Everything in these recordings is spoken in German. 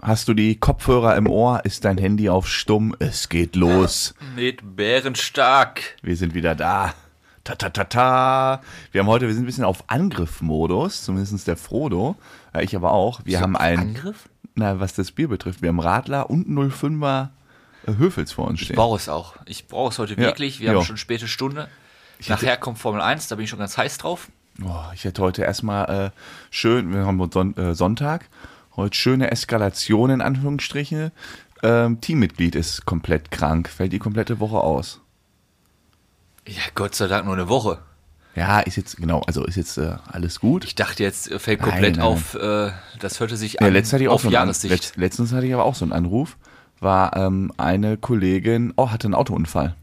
Hast du die Kopfhörer im Ohr? Ist dein Handy auf Stumm? Es geht los. Mit Bärenstark. Wir sind wieder da. Ta ta ta ta. Wir haben heute, wir sind ein bisschen auf Angriff-Modus, zumindest der Frodo. Äh, Ich aber auch. Wir haben einen. Angriff? Na, was das Bier betrifft, wir haben Radler und 05er Höfels vor uns Ich stehen. brauche es auch. Ich brauche es heute Ja, wirklich. Wir jo. haben schon späte Stunde. hätte- Nachher kommt Formel 1, da bin ich schon ganz heiß drauf. Oh, ich hätte heute erstmal äh, schön, wir haben Son äh, Sonntag, heute schöne Eskalation in Anführungsstrichen. Ähm, Teammitglied ist komplett krank, fällt die komplette Woche aus. Ja, Gott sei Dank nur eine Woche. Ja, ist jetzt, genau, also ist jetzt äh, alles gut. Ich dachte jetzt, äh, fällt Nein, komplett nein, auf, äh, das hörte sich Ja, an letztens hatte ich auch auf so einen An- Jahressicht. letzt, letztens hatte ich aber auch so einen Anruf, war ähm, eine Kollegin, oh, hatte einen Autounfall.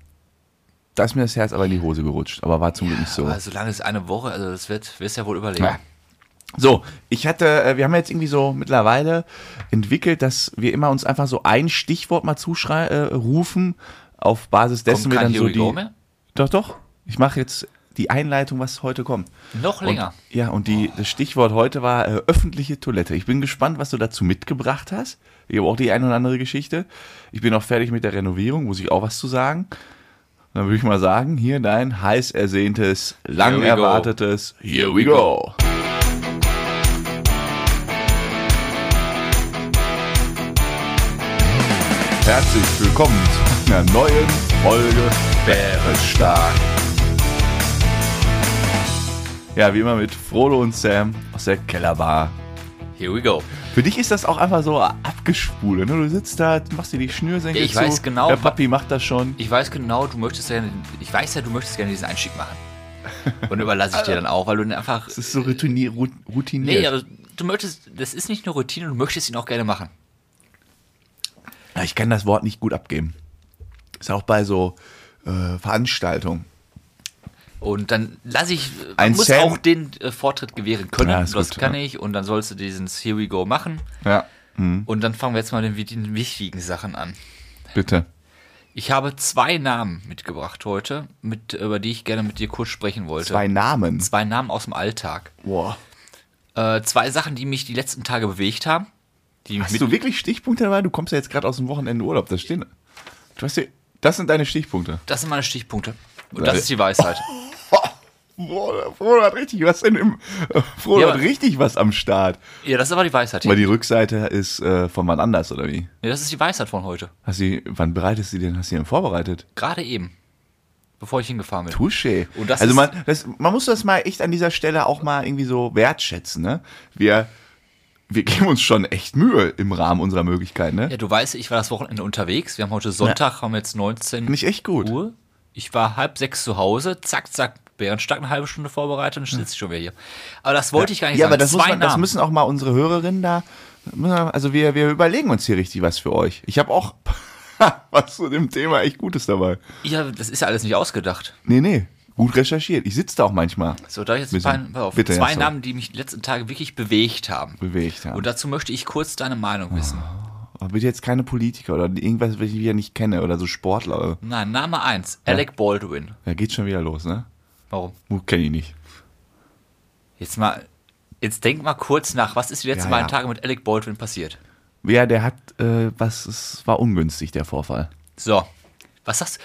Da ist mir das Herz aber in die Hose gerutscht, aber war zum Glück nicht so. Aber solange es eine Woche, also das wird, wirst ja wohl überleben. Ja. So, ich hatte, äh, wir haben jetzt irgendwie so mittlerweile entwickelt, dass wir immer uns einfach so ein Stichwort mal zuschrei- äh, rufen, auf Basis dessen wir dann kein Here so We Go die. mehr? Doch, doch. Ich mache jetzt die Einleitung, was heute kommt. Noch länger. Und, ja, und die, das Stichwort heute war äh, öffentliche Toilette. Ich bin gespannt, was du dazu mitgebracht hast. Ich habe auch die eine oder andere Geschichte. Ich bin auch fertig mit der Renovierung, muss ich auch was zu sagen. Dann würde ich mal sagen, hier dein heiß ersehntes, lang we go. erwartetes Here we go. Herzlich willkommen zu einer neuen Folge Bärenstark. Ja, wie immer mit Frodo und Sam aus der Kellerbar. Here we go. Für dich ist das auch einfach so abgespule, ne? Du sitzt da, machst dir die Schnürsenkel Ich zu. weiß genau, Der Papi macht das schon. Ich weiß genau, du möchtest gerne, ich weiß ja, du möchtest gerne diesen Einstieg machen. Und überlasse ich dir dann auch, weil du den einfach. Das ist so routini- rut- routiniert. Nee, aber du möchtest, das ist nicht nur Routine, du möchtest ihn auch gerne machen. Ja, Ich kann das Wort nicht gut abgeben. Ist auch bei so äh, Veranstaltungen. Und dann lasse ich, Ein man muss Sam- auch den äh, Vortritt gewähren können. Ja, das ist gut, kann ja. ich. Und dann sollst du diesen Here We Go machen. Ja, Und dann fangen wir jetzt mal den, mit den wichtigen Sachen an. bitte. Ich habe zwei Namen mitgebracht heute, mit, über die ich gerne mit dir kurz sprechen wollte. Zwei Namen. zwei Namen aus dem Alltag. Boah. Äh, zwei Sachen, die mich die letzten Tage bewegt haben. Die mich Hast du wirklich Stichpunkte dabei? Du kommst ja jetzt gerade aus dem Wochenende Urlaub. Das stehen. Du hast hier, das sind deine Stichpunkte. Das sind meine Stichpunkte. Und Weil- das ist die Weisheit. Boah, Frodo hat richtig was in dem, äh, Frodo Ja, hat aber- richtig was am Start. Ja, das ist aber die Weisheit Weil hier. die Rückseite ist äh, von wann anders, oder wie? Ja, das ist die Weisheit von heute. Hast du, wann bereitest du die denn? Hast du die denn vorbereitet? Gerade eben. Bevor ich hingefahren bin. Touché. Und das also ist- man, das, man muss das mal echt an dieser Stelle auch mal irgendwie so wertschätzen. Ne? Wir, wir geben uns schon echt Mühe im Rahmen unserer Möglichkeiten. Ne? Ja, du weißt, ich war das Wochenende unterwegs. Wir haben heute Sonntag, haben jetzt 19 Nicht echt gut. Uhr. Ich war halb sechs zu Hause. Zack, zack. Bärenstark eine halbe Stunde vorbereitet und sitze ich schon wieder hier. Aber das wollte ich gar nicht Ja, sagen. aber das, muss Zwei man, das Namen. müssen auch mal unsere Hörerinnen da. Also wir, wir überlegen uns hier richtig was für euch. Ich habe auch was zu dem Thema echt Gutes dabei. ja, das ist ja alles nicht ausgedacht. Nee, nee. Gut recherchiert. Ich sitze da auch manchmal. So, da jetzt ein Müssen- paar, pass auf, Bitte, ja, zwei sorry. Namen, die mich die letzten Tage wirklich bewegt haben. Bewegt, ja. Oh. Und dazu möchte ich kurz deine Meinung wissen. Aber bitte jetzt keine Politiker oder irgendwas, was ich wieder nicht kenne oder so Sportler. Nein, Name eins: Alec Baldwin. Da geht's schon wieder los, ne? Warum? Kenne ich nicht. Jetzt mal, jetzt denk mal kurz nach, was ist die letzten Ja, beiden ja. Tage mit Alec Baldwin passiert? Ja, der hat äh, was, es war ungünstig, der Vorfall. So, was sagst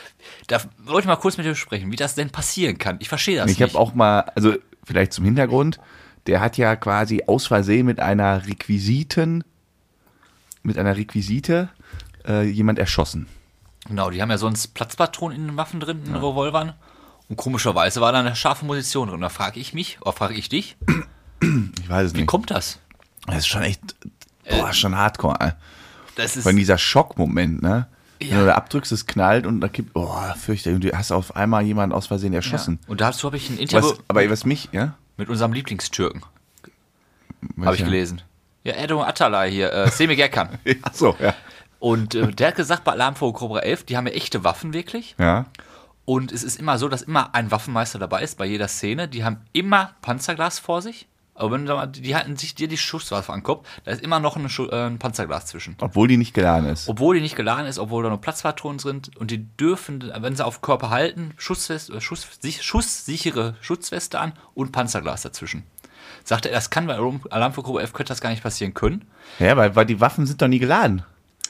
Da wollte ich mal kurz mit dir sprechen, wie das denn passieren kann. Ich verstehe das ich nicht. habe auch mal, also vielleicht zum Hintergrund, der hat ja quasi aus Versehen mit einer Requisiten, mit einer Requisite äh, jemand erschossen. genau, die haben ja sonst Platzpatronen in den Waffen drin, in den Revolvern. Und komischerweise war da eine scharfe Munition drin. Da frage ich mich, oder frage ich dich, Ich weiß es Äh. wie kommt das? Das ist schon echt, boah, schon hardcore. Ey. Das ist, Wenn dieser Schockmoment, ne? Ja. Wenn du da abdrückst, es knallt und da kippt, boah, fürchte, du hast auf einmal jemanden aus Versehen erschossen. Und dazu habe ich ein Interview Was, aber was mich, ja? mit unserem Lieblingstürken, habe ich Welcher? gelesen. Ja, Erdogan Atalay hier, äh, Semih Gerkan. Ach so, ja. Und äh, der hat gesagt, bei Alarmvogel Cobra 11, die haben ja echte Waffen wirklich. Ja, Und es ist immer so, dass immer ein Waffenmeister dabei ist bei jeder Szene. Die haben immer Panzerglas vor sich. Aber wenn du mal, die halten sich dir die Schusswaffe an den Kopf, da ist immer noch ein, Schu- äh, ein Panzerglas zwischen. obwohl die nicht geladen ist. Obwohl die nicht geladen ist, obwohl da nur Platzpatronen sind und die dürfen, wenn sie auf Körper halten, Schusswest, äh, Schuss, sich, schusssichere Schutzweste an und Panzerglas dazwischen. Sagte er, das kann bei Alarm- Alarmgruppe F könnte das gar nicht passieren können. Ja, weil, weil die Waffen sind doch nie geladen.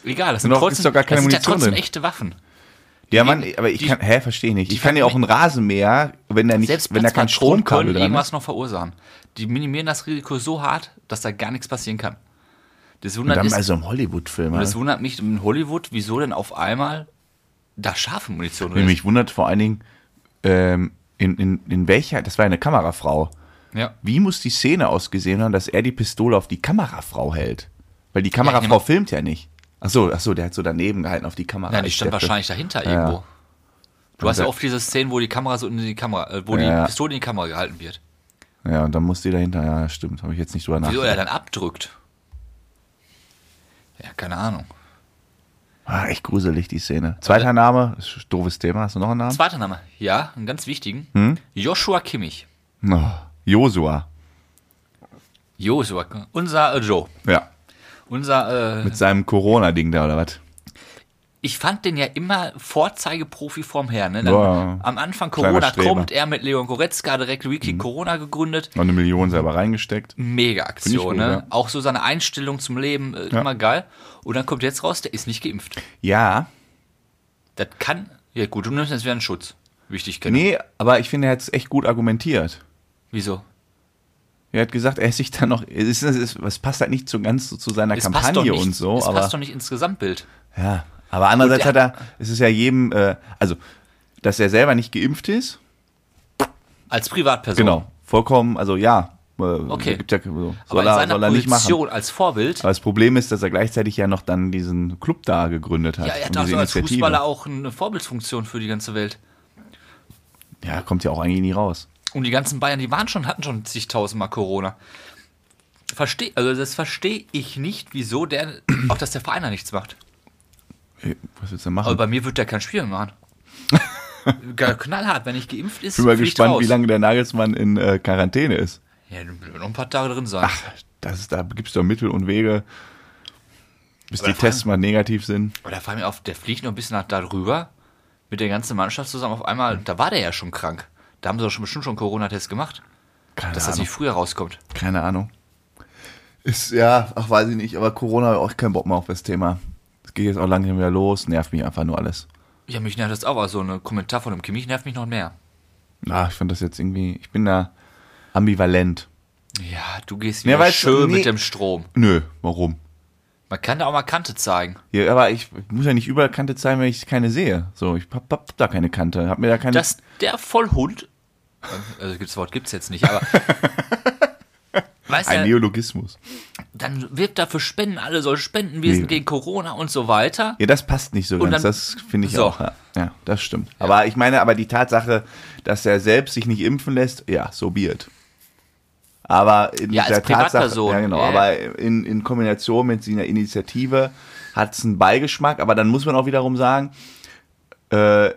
Egal, das sind, Noch ist trotzdem, doch gar keine das sind ja Munition trotzdem drin. echte Waffen. Ja, Mann, die- aber ich die- kann, hä, verstehe nicht. Ich kann kann ja auch ein Rasenmäher, wenn da nicht, Selbst wenn da kein Platzpatronen Stromkabel können dran irgendwas ist. noch verursachen. Die minimieren das Risiko so hart, dass da gar nichts passieren kann. Das Und wundert, dann also, ne? ist, bei so einem Hollywood-Film. das Alter. wundert mich in Hollywood, wieso denn auf einmal da scharfe Munition drin ist. Mich wundert vor allen Dingen, ähm, in, in, in welcher, das war ja eine Kamerafrau. Ja. Wie muss die Szene ausgesehen haben, dass er die Pistole auf die Kamerafrau hält? Weil die Kamerafrau genau. filmt ja nicht. Ach so, ach so, der hat so daneben gehalten auf die Kamera. Nein, die Ich stand dachte- wahrscheinlich dahinter irgendwo. Du hast ja da- oft diese Szenen, wo die Kamera so in die Kamera, äh, wo Ja. die Pistole in die Kamera gehalten wird. Ja, und dann muss die dahinter. Ja, stimmt, habe ich jetzt nicht drüber Wieso er nachgedacht. dann abdrückt. Ja, keine Ahnung. Ah, echt gruselig, die Szene. Also- Zweiter Name, ist ein doofes Thema. Hast du noch einen Namen? Zweiter Name. Ja, einen ganz wichtigen. Hm? Joshua Kimmich. Oh, Josua. Joshua. Unser äh, Joe. Ja, Unser, äh, mit seinem Corona-Ding da oder was? ich fand den ja immer Vorzeigeprofi vorm Herrn. Ne? Dann, Ja. Am Anfang Kleiner Corona Streber. Mhm. kommt er mit Leon Goretzka direkt Wiki Corona gegründet. Noch eine Million selber reingesteckt. Mega Aktion, gut, ne? ja. Auch so seine Einstellung zum Leben, äh, immer geil. Und dann kommt jetzt raus, der ist nicht geimpft. Ja, Das kann. Ja, gut, du nimmst das wäre ein Schutz. Wichtig, genau. nee, aber ich finde, er hat es echt gut argumentiert. Wieso? Er hat gesagt, er ist sich da noch. Es, ist, es, ist, es passt halt nicht so ganz so zu seiner passt doch Kampagne nicht, und so. Es aber passt doch nicht ins Gesamtbild. Ja, aber andererseits Gut, hat er, es ist ja jedem, äh, also, dass er selber nicht geimpft ist, Als Privatperson. genau, vollkommen, also ja, äh, okay. gibt ja, so, soll, Aber in er, seiner soll er nicht machen. Position als Vorbild. Aber das Problem ist, dass er gleichzeitig ja noch dann diesen Club da gegründet hat. Ja, er hat und auch diese so als Initiative. Fußballer auch eine Vorbildsfunktion für die ganze Welt. Ja, kommt ja auch eigentlich nie raus. Und die ganzen Bayern, die waren schon, hatten schon zigtausendmal Corona. Versteh, also das verstehe ich nicht, wieso der, auch dass der Verein da nichts macht. Ey, Was willst du denn machen? Aber bei mir wird der kein Spiel mehr machen. Ge- Knallhart, wenn ich geimpft ist, ich bin mal flieg gespannt, raus. wie lange der Nagelsmann in äh, Quarantäne ist. Ja, dann wird noch ein paar Tage drin sein. Das, da gibt es doch Mittel und Wege, bis die vor allem- Tests mal negativ sind. Aber da fällt mir auf, der fliegt noch ein bisschen nach darüber mit der ganzen Mannschaft zusammen. Auf einmal, da war der ja schon krank. Da haben sie doch schon bestimmt schon einen Corona-Test gemacht, Keine dass das Ahnung. nicht früher rauskommt. Keine Ahnung. Ist, ja, ach, weiß ich nicht, aber Corona habe ich auch keinen Bock mehr auf das Thema. Es geht jetzt auch langsam wieder los, nervt mich einfach nur alles. Ja, mich nervt das auch. Also ein Kommentar von dem Kimmich nervt mich noch mehr. Na, ich fand das jetzt irgendwie, ich bin da ambivalent. Ja, du gehst Ja, wieder weißt du, schön nee. mit dem Strom. Nö, warum? Man kann da auch mal Kante zeigen. Ja, aber ich muss ja nicht überall Kante zeigen, wenn ich keine sehe. So, ich hab, hab da keine Kante, hab mir da keine. Dass der Vollhund, also das Wort gibt's jetzt nicht, aber weißt ein du, Neologismus. dann wirbt er für Spenden, alle sollen spenden, wir Nee. sind gegen Corona und so weiter. Ja, das passt nicht so Und ganz. dann- das finde ich so. auch. Ja. ja, das stimmt. Aber ich meine, aber die Tatsache, dass er selbst sich nicht impfen lässt, ja, so be it. Aber in Ja, als der Tatsache, Privatperson, ja, genau, ja. aber in, in Kombination mit seiner Initiative hat es einen Beigeschmack. Aber dann muss man auch wiederum sagen, äh,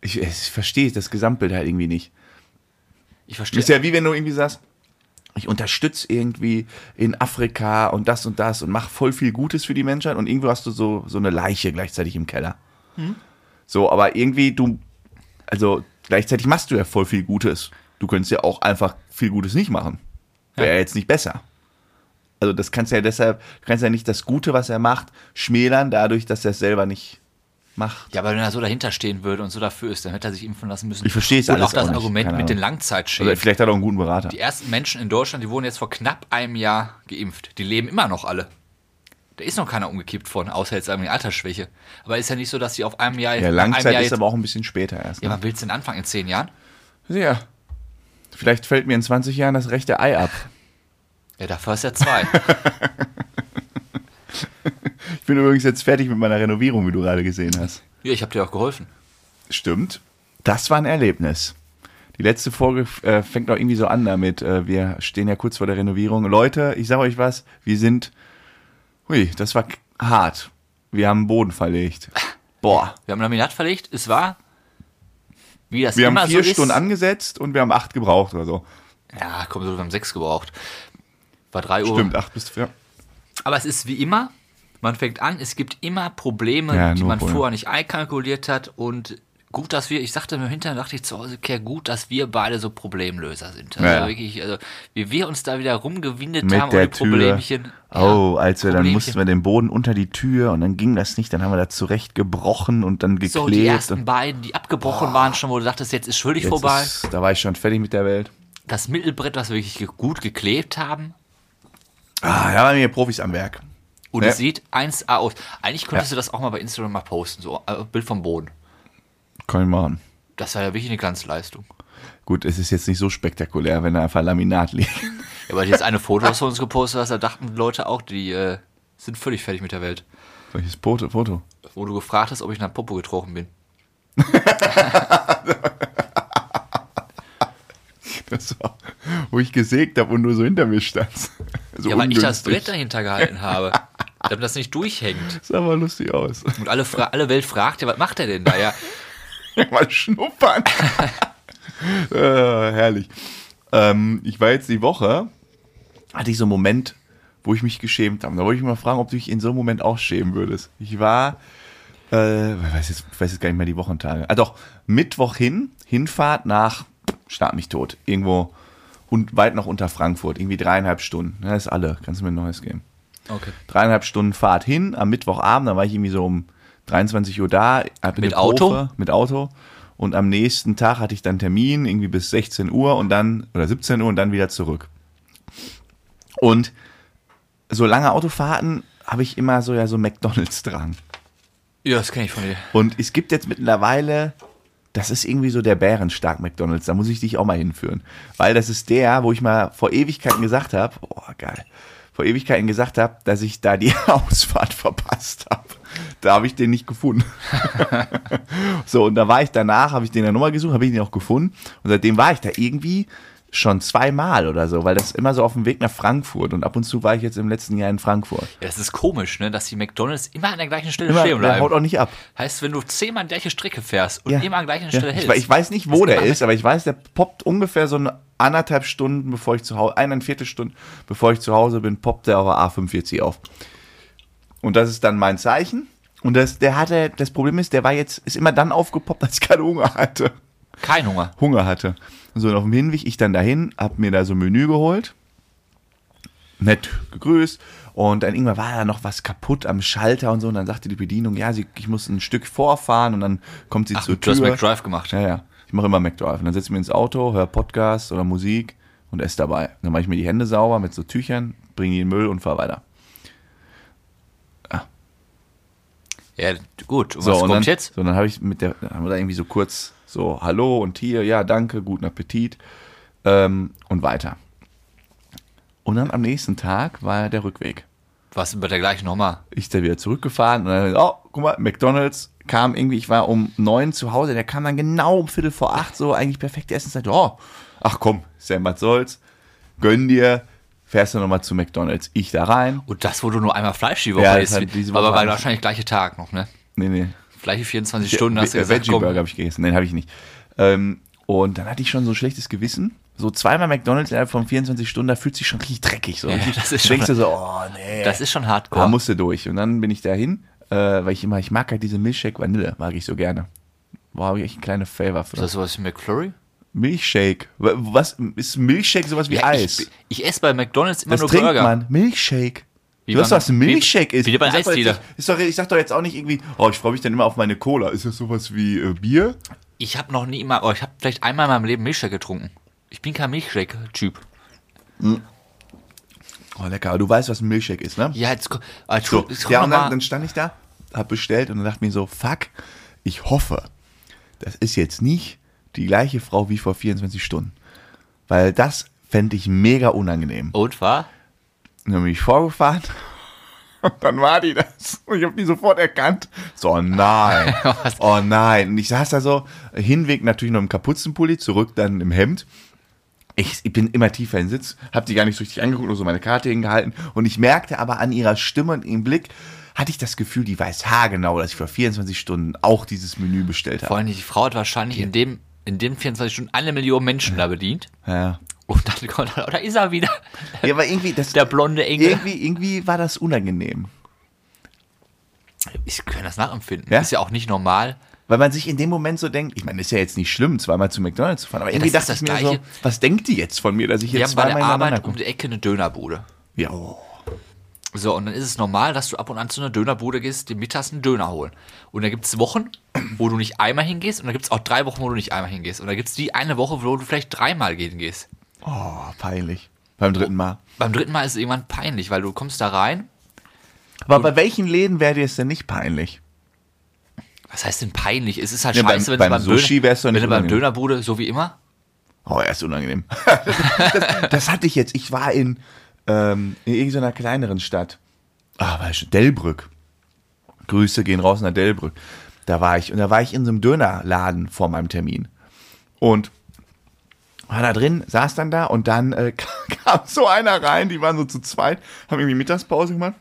ich, ich verstehe das Gesamtbild halt irgendwie nicht. Ich Ist verstehe. ja wie wenn du irgendwie sagst, ich unterstütze irgendwie in Afrika und das und das und mach voll viel Gutes für die Menschheit und irgendwie hast du so, so eine Leiche gleichzeitig im Keller. So, aber irgendwie du, also gleichzeitig machst du ja voll viel Gutes. Du könntest ja auch einfach viel Gutes nicht machen. Wäre ja. jetzt nicht besser. Also das kannst du ja deshalb, du kannst ja nicht das Gute, was er macht, schmälern dadurch, dass er es selber nicht macht. Ja, aber wenn er so dahinter stehen würde und so dafür ist, dann hätte er sich impfen lassen müssen. Ich verstehe es Und alles auch das auch nicht. Argument Keine mit den Ahnung. Langzeitschäden. Also vielleicht hat er auch einen guten Berater. die ersten Menschen in Deutschland, die wurden jetzt vor knapp einem Jahr geimpft. Die leben immer noch alle. Da ist noch keiner umgekippt von, außer jetzt irgendwie Altersschwäche. Aber ist ja nicht so, dass die auf einem Jahr Ja, nach einem Langzeit Jahr ist aber auch ein bisschen später erst. Ja, ne? wann willst du den Anfang in zehn Jahren? Ja. Vielleicht fällt mir in 20 Jahren das rechte Ei ab. Ja, dafür ist ja zwei. Ich bin übrigens jetzt fertig mit meiner Renovierung, wie du gerade gesehen hast. ja, ich habe dir auch geholfen. Stimmt. Das war ein Erlebnis. Die letzte Folge äh, fängt auch irgendwie so an damit. Äh, wir stehen ja kurz vor der Renovierung. Leute, ich sage euch was, wir sind. Hui, das war k- hart. Wir haben den Boden verlegt. Ah. Boah. Wir haben Laminat verlegt, es war, wie das Wir immer haben vier so Stunden ist. angesetzt und wir haben acht gebraucht oder so. Ja, komm, so, wir haben sechs gebraucht. War drei Uhr. Stimmt, acht bis vier. Aber es ist wie immer, man fängt an, es gibt immer Probleme, Ja, die nur man Probleme. vorher nicht einkalkuliert hat und gut, dass wir, ich sagte mir hinterher, dachte ich zu Hause, okay, gut, dass wir beide so Problemlöser sind. Also Ja. wirklich, also wie wir uns da wieder rumgewindet Mit haben der die Tür. Problemchen. Oh, ja, als wir dann Problemchen. mussten wir den Boden unter die Tür und dann ging das nicht, dann haben wir da zurechtgebrochen und dann geklebt. So, die und ersten beiden, die abgebrochen waren schon, wo du dachtest, jetzt ist schuldig Oh. jetzt vorbei. Ist, da war ich schon fertig mit der Welt. Das Mittelbrett, was wir wirklich ge- gut geklebt haben. Ah, da waren wir Profis am Werk. Und Ja. es sieht 1A aus. Eigentlich könntest du das auch mal bei Instagram mal posten, so äh, Bild vom Boden. Kann ich machen. Das war ja wirklich eine Glanzleistung. Gut, es ist jetzt nicht so spektakulär, wenn da einfach Laminat liegt. Ja, weil du jetzt eine Foto hast von uns gepostet hast, da dachten die Leute auch, die äh, sind völlig fertig mit der Welt. Welches Foto? Foto? Wo du gefragt hast, ob ich nach Popo getroffen bin. Das war, wo ich gesägt habe und du so hinter mir standst. So Ja, weil ich das ungünstig. Brett dahinter gehalten habe. Damit das nicht durchhängt. Sah mal lustig aus. Und alle, fra alle Welt fragt, ja, was macht er denn da? Ja, mal schnuppern. äh, herrlich. Ähm, ich war jetzt die Woche, hatte ich so einen Moment, wo ich mich geschämt habe. Da wollte ich mal fragen, ob du dich in so einem Moment auch schämen würdest. Ich war, äh, ich weiß jetzt, ich weiß jetzt gar nicht mehr die Wochentage. Ah doch, Mittwoch hin, Hinfahrt nach, schlag mich tot, irgendwo und weit noch unter Frankfurt, irgendwie dreieinhalb Stunden. Das ist alle, kannst du mir ein neues geben okay. dreieinhalb Stunden Fahrt hin am Mittwochabend, da war ich irgendwie so um 23 Uhr da, hatte Mit eine Profe, Auto? mit Auto und am nächsten Tag hatte ich dann Termin irgendwie bis 16 Uhr und dann oder 17 Uhr und dann wieder zurück. Und so lange Autofahrten habe ich immer so ja so McDonald's Drang. Ja, das kenne ich von dir. Und es gibt jetzt mittlerweile, das ist irgendwie so der Bärenstark McDonalds, da muss ich dich auch mal hinführen. Weil das ist der, wo ich mal vor Ewigkeiten gesagt habe, oh geil, vor Ewigkeiten gesagt habe, dass ich da die Ausfahrt verpasst habe. Da habe ich den nicht gefunden. so, und da war ich danach, habe ich den dann nochmal gesucht, habe ich den auch gefunden. Und seitdem war ich da irgendwie schon zweimal oder so, weil das immer so auf dem Weg nach Frankfurt und ab und zu war ich jetzt im letzten Jahr in Frankfurt. Ja, das ist komisch, ne, dass die McDonalds immer an der gleichen Stelle Immer, stehen der haut bleiben. auch nicht ab. Heißt, wenn du zehnmal die gleiche Strecke fährst und Ja. immer an der gleichen Ja. Stelle ich, hältst. we- ich weiß nicht, wo Das der macht ist, aber ich weiß, der poppt ungefähr so eine anderthalb Stunden, bevor ich zu Hause, eineinviertel Stunden, bevor ich zu Hause bin, poppt der auf der A45 auf. Und das ist dann mein Zeichen. Und das, der hatte, das Problem ist, der war jetzt, ist immer dann aufgepoppt, als ich keinen Hunger hatte. Kein Hunger. Hunger hatte. So, und auf dem Hinweg, ich dann dahin, hab mir da so ein Menü geholt. Nett gegrüßt. Und dann irgendwann war da noch was kaputt am Schalter und so. Und dann sagte die Bedienung, ja, sie, ich muss ein Stück vorfahren. Und dann kommt sie Ach, zur du hast Tür. McDrive gemacht. Ja, ja. Ich mache immer McDrive. Und dann setze ich mich ins Auto, höre Podcast oder Musik und esse dabei. Dann mache ich mir die Hände sauber mit so Tüchern, bringe die in den Müll und fahre weiter. Ja, gut. Und So, was und kommt dann, jetzt? So, dann habe ich mit der, dann haben wir da irgendwie so kurz so, hallo und hier, ja, danke, guten Appetit ähm, und weiter. Und dann am nächsten Tag war der Rückweg. Was bei der gleichen nochmal? Ich da wieder zurückgefahren und dann, oh, guck mal, McDonalds kam irgendwie, ich war um neun zu Hause, der kam dann genau um Viertel vor acht, so eigentlich perfekte Essenszeit. Oh, ach komm, Sam, was soll's, gönn dir, fährst du nochmal zu McDonalds. Ich da rein, Und das, wo du nur einmal Fleisch die Woche Ja, das isst. hat diese Woche aber war anders. wahrscheinlich gleiche Tag noch, ne? nee, nee, Gleiche 24 Stunden hast du Ve- gesagt, Veggie Burger komm. habe ich gegessen. Nein, habe ich nicht. Ähm, und dann hatte ich schon so ein schlechtes Gewissen. So zweimal McDonalds innerhalb von 24 Stunden, da fühlt sich schon richtig dreckig. So. Ja, Richtig- das ist denkst schon- du so, oh nee. Das ist schon da hardcore. musste durch. Und dann bin ich dahin, äh, weil ich immer, ich mag halt diese Milchshake Vanille, mag ich so gerne. Boah, habe ich echt einen kleinen Favor für. Ist das sowas wie McFlurry? Milchshake. Wa- Was ist Milchshake sowas wie Ja, Eis? Ich, ich esse bei McDonalds immer Was nur trinkt Burger. man? Milchshake. Wie du weißt, beim- was ein Milchshake wie- ist. wie bei Ich sag doch jetzt Eisdiele. nicht- ist doch, ich sag doch jetzt auch nicht irgendwie, oh, ich freue mich dann immer auf meine Cola. Ist das sowas wie äh, Bier? Ich habe noch nie mal, oh, ich habe vielleicht einmal in meinem Leben Milchshake getrunken. Ich bin kein Milchshake-Typ. Oh, lecker. Aber du weißt, was ein Milchshake ist, ne? Ja, jetzt, ko- ah, tu- So, jetzt komm ja, noch und dann, mal. dann stand ich da, hab bestellt und dann dachte mir so, fuck, ich hoffe, das ist jetzt nicht die gleiche Frau wie vor 24 Stunden. Weil das fände ich mega unangenehm. Und war? Und dann bin ich vorgefahren und dann war die das. Und ich habe die sofort erkannt. So, oh nein. oh nein. Und ich saß da so, Hinweg natürlich noch im Kapuzenpulli, zurück dann im Hemd. Ich, ich bin immer tiefer in den Sitz, habe die gar nicht so richtig angeguckt, nur so meine Karte hingehalten. Und ich merkte aber an ihrer Stimme und ihrem Blick, hatte ich das Gefühl, die weiß haargenau, dass ich vor 24 Stunden auch dieses Menü bestellt Vor habe. allem, die Frau hat wahrscheinlich in dem, in den 24 Stunden eine Million Menschen da bedient. Ja. Und dann kommt, oh, da ist er wieder. ja, aber irgendwie, das, Der blonde Engel. irgendwie, irgendwie war das unangenehm. Ich kann das nachempfinden. Ja? Ist ja auch nicht normal, Weil man sich in dem Moment so denkt, ich meine, ist ja jetzt nicht schlimm, zweimal zu McDonalds zu fahren, aber irgendwie das dachte ich ist mir das so, Gleiche. was denkt die jetzt von mir, dass ich Wir jetzt haben bei zweimal der ineinander Arbeit um komme? die Ecke eine Dönerbude. Ja, oh. So, und dann ist es normal, dass du ab und an zu einer Dönerbude gehst, dir mittags einen Döner holen. Und da gibt es Wochen, wo du nicht einmal hingehst, und da gibt es auch drei Wochen, wo du nicht einmal hingehst. Und da gibt es die eine Woche, wo du vielleicht dreimal hingehst. oh, peinlich. Beim dritten Mal. Beim dritten Mal ist es irgendwann peinlich, weil du kommst da rein. Aber bei welchen Läden wäre dir es denn nicht peinlich? Was heißt denn peinlich? Es ist halt Ja, beim- scheiße, wenn beim du beim, Sushi wär's doch Döner, nicht wenn du beim unangenehm. Dönerbude, so wie immer, Oh, er ist unangenehm. das, das hatte ich jetzt. Ich war in, ähm, in irgendeiner kleineren Stadt. Ah, weißt du, Delbrück. Grüße gehen raus nach Delbrück. Da war ich. Und da war ich in so einem Dönerladen vor meinem Termin. Und war da drin, saß dann da und dann äh, kam so einer rein, die waren so zu zweit, haben irgendwie Mittagspause gemacht.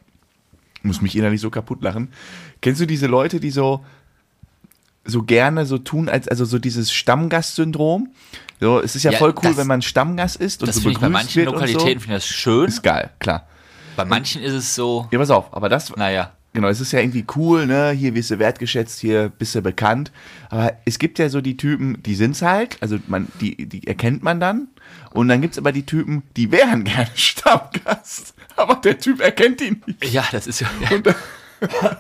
Muss mich innerlich so kaputt lachen. Kennst du diese Leute, die so, so gerne so tun, als also so dieses Stammgast-Syndrom? So, es ist ja, Ja, voll cool, das- wenn man Stammgast ist und das so finde begrüßt ich bei manchen wird und so. Lokalitäten finde ich das schön. Ist geil, klar. bei manchen ist es so, Ja, pass auf, aber das, naja. Genau, es ist ja irgendwie cool, ne? Hier wirst du wertgeschätzt, hier bist du bekannt. Aber es gibt ja so die Typen, die sind's halt, also man, die, die erkennt man dann. Und dann gibt's aber die Typen, die wären gerne Stammgast, aber der Typ erkennt ihn nicht. Ja, das ist ja.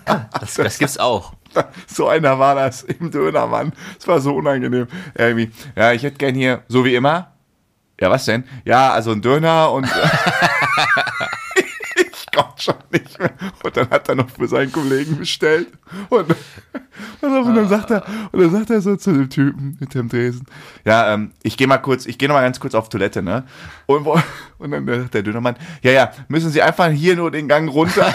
Ah, das, das gibt's auch. So einer war das im Dönermann. Es war so unangenehm. Irgendwie, ja, ich hätte gern hier, so wie immer. Ja, was denn? Ja, also ein Döner und. äh, ich komm schon nicht mehr. Und dann hat er noch für seinen Kollegen bestellt. Und, und dann sagt er, und dann sagt er so zu dem Typen mit dem Dresen. Ja, ähm, ich gehe mal kurz, ich gehe noch mal ganz kurz auf Toilette, ne? Und, wo- und dann sagt der Dönermann, ja, ja, müssen Sie einfach hier nur den Gang runter.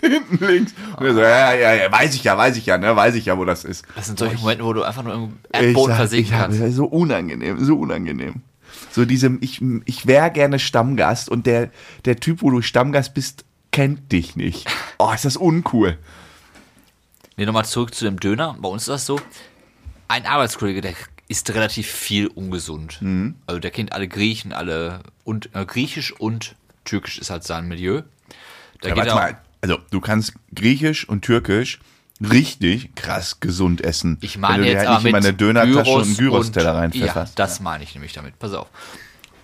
Hinten links. Und er so, ja, ja, ja, weiß ich ja, weiß ich ja, ne, weiß ich ja, wo das ist. Das sind solche Momente, wo du einfach nur im Ich Erdboden sag, versinken ich hab- kannst. das ist So unangenehm, so unangenehm. So diesem, ich, ich wäre gerne Stammgast und der, der Typ, wo du Stammgast bist, kennt dich nicht. Oh, ist das uncool. Nee, nochmal zurück zu dem Döner. Bei uns ist das so. Ein Arbeitskollege, der isst relativ viel ungesund. Mhm. Also der kennt alle Griechen, alle und äh, Griechisch und Türkisch ist halt sein Milieu. Da Ja, geht warte er auch, mal, also du kannst Griechisch und Türkisch richtig krass gesund essen. ich wenn meine du dir jetzt halt aber nicht immer mit eine Dönertasche und einen Gyros Gyros-Teller Ja, reinpfefferst. ne? das meine ich nämlich damit. Pass auf.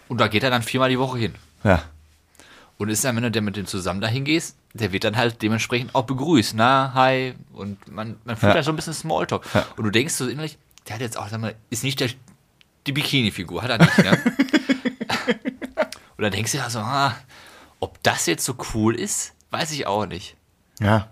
Und da geht er dann viermal die Woche hin. Ja. Und ist dann, wenn du der mit dem zusammen dahin gehst, der wird dann halt dementsprechend auch begrüßt. Na, hi. Und man, man fühlt Ja. da so ein bisschen Smalltalk. Und du denkst so innerlich, der hat jetzt auch, sag mal, ist nicht der, die Bikini-Figur, hat er nicht, ne? Und dann denkst du ja so, ah, ob das jetzt so cool ist, weiß ich auch nicht. Ja.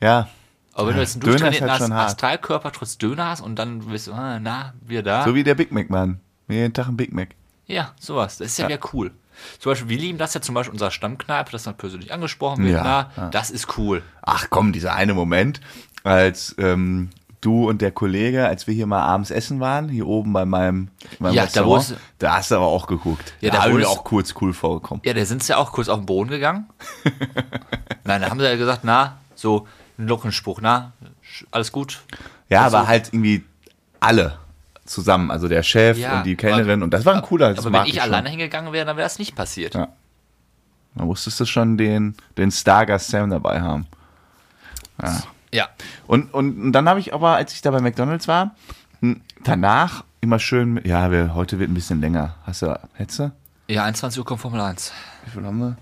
Ja. Aber wenn du jetzt einen Döner ist durchtrainierten halt schon hart. Astralkörper trotz Döner hast und dann bist du, ah, na, wir da. So wie der Big Mac, Mann. Jeden Tag ein Big Mac. Ja, sowas. Das ist ja, wieder cool. Zum Beispiel, wir lieben das ja zum Beispiel unser Stammkneipe, dass dann persönlich angesprochen wird. Ja, na, ja. das ist cool. Ach komm, dieser eine Moment, als ähm, du und der Kollege, als wir hier mal abends essen waren, hier oben bei meinem, meinem Ja, da Restaurant, da, wurdest- hast du aber auch geguckt. Ja, da da haben wir wurdest- auch kurz cool vorgekommen. Ja, da sind sie ja auch kurz auf den Boden gegangen. Nein, da haben sie ja gesagt, na, so ein Lockenspruch, na, sch- alles gut. Ja, Also- aber halt irgendwie alle zusammen, also der Chef Ja, und die Kellnerin und das war ein cooler, das Aber mag wenn ich, schon. alleine hingegangen wäre, dann wäre das nicht passiert. Ja. Da musstest du schon den, den Stargast Sam dabei haben. Ja. Und, und, und dann habe ich aber, als ich da bei McDonalds war, m, danach immer schön, ja, wir, heute wird ein bisschen länger. Hast du, hättest du? Ja, 21 Uhr kommt Formel 1. Wie viel haben wir?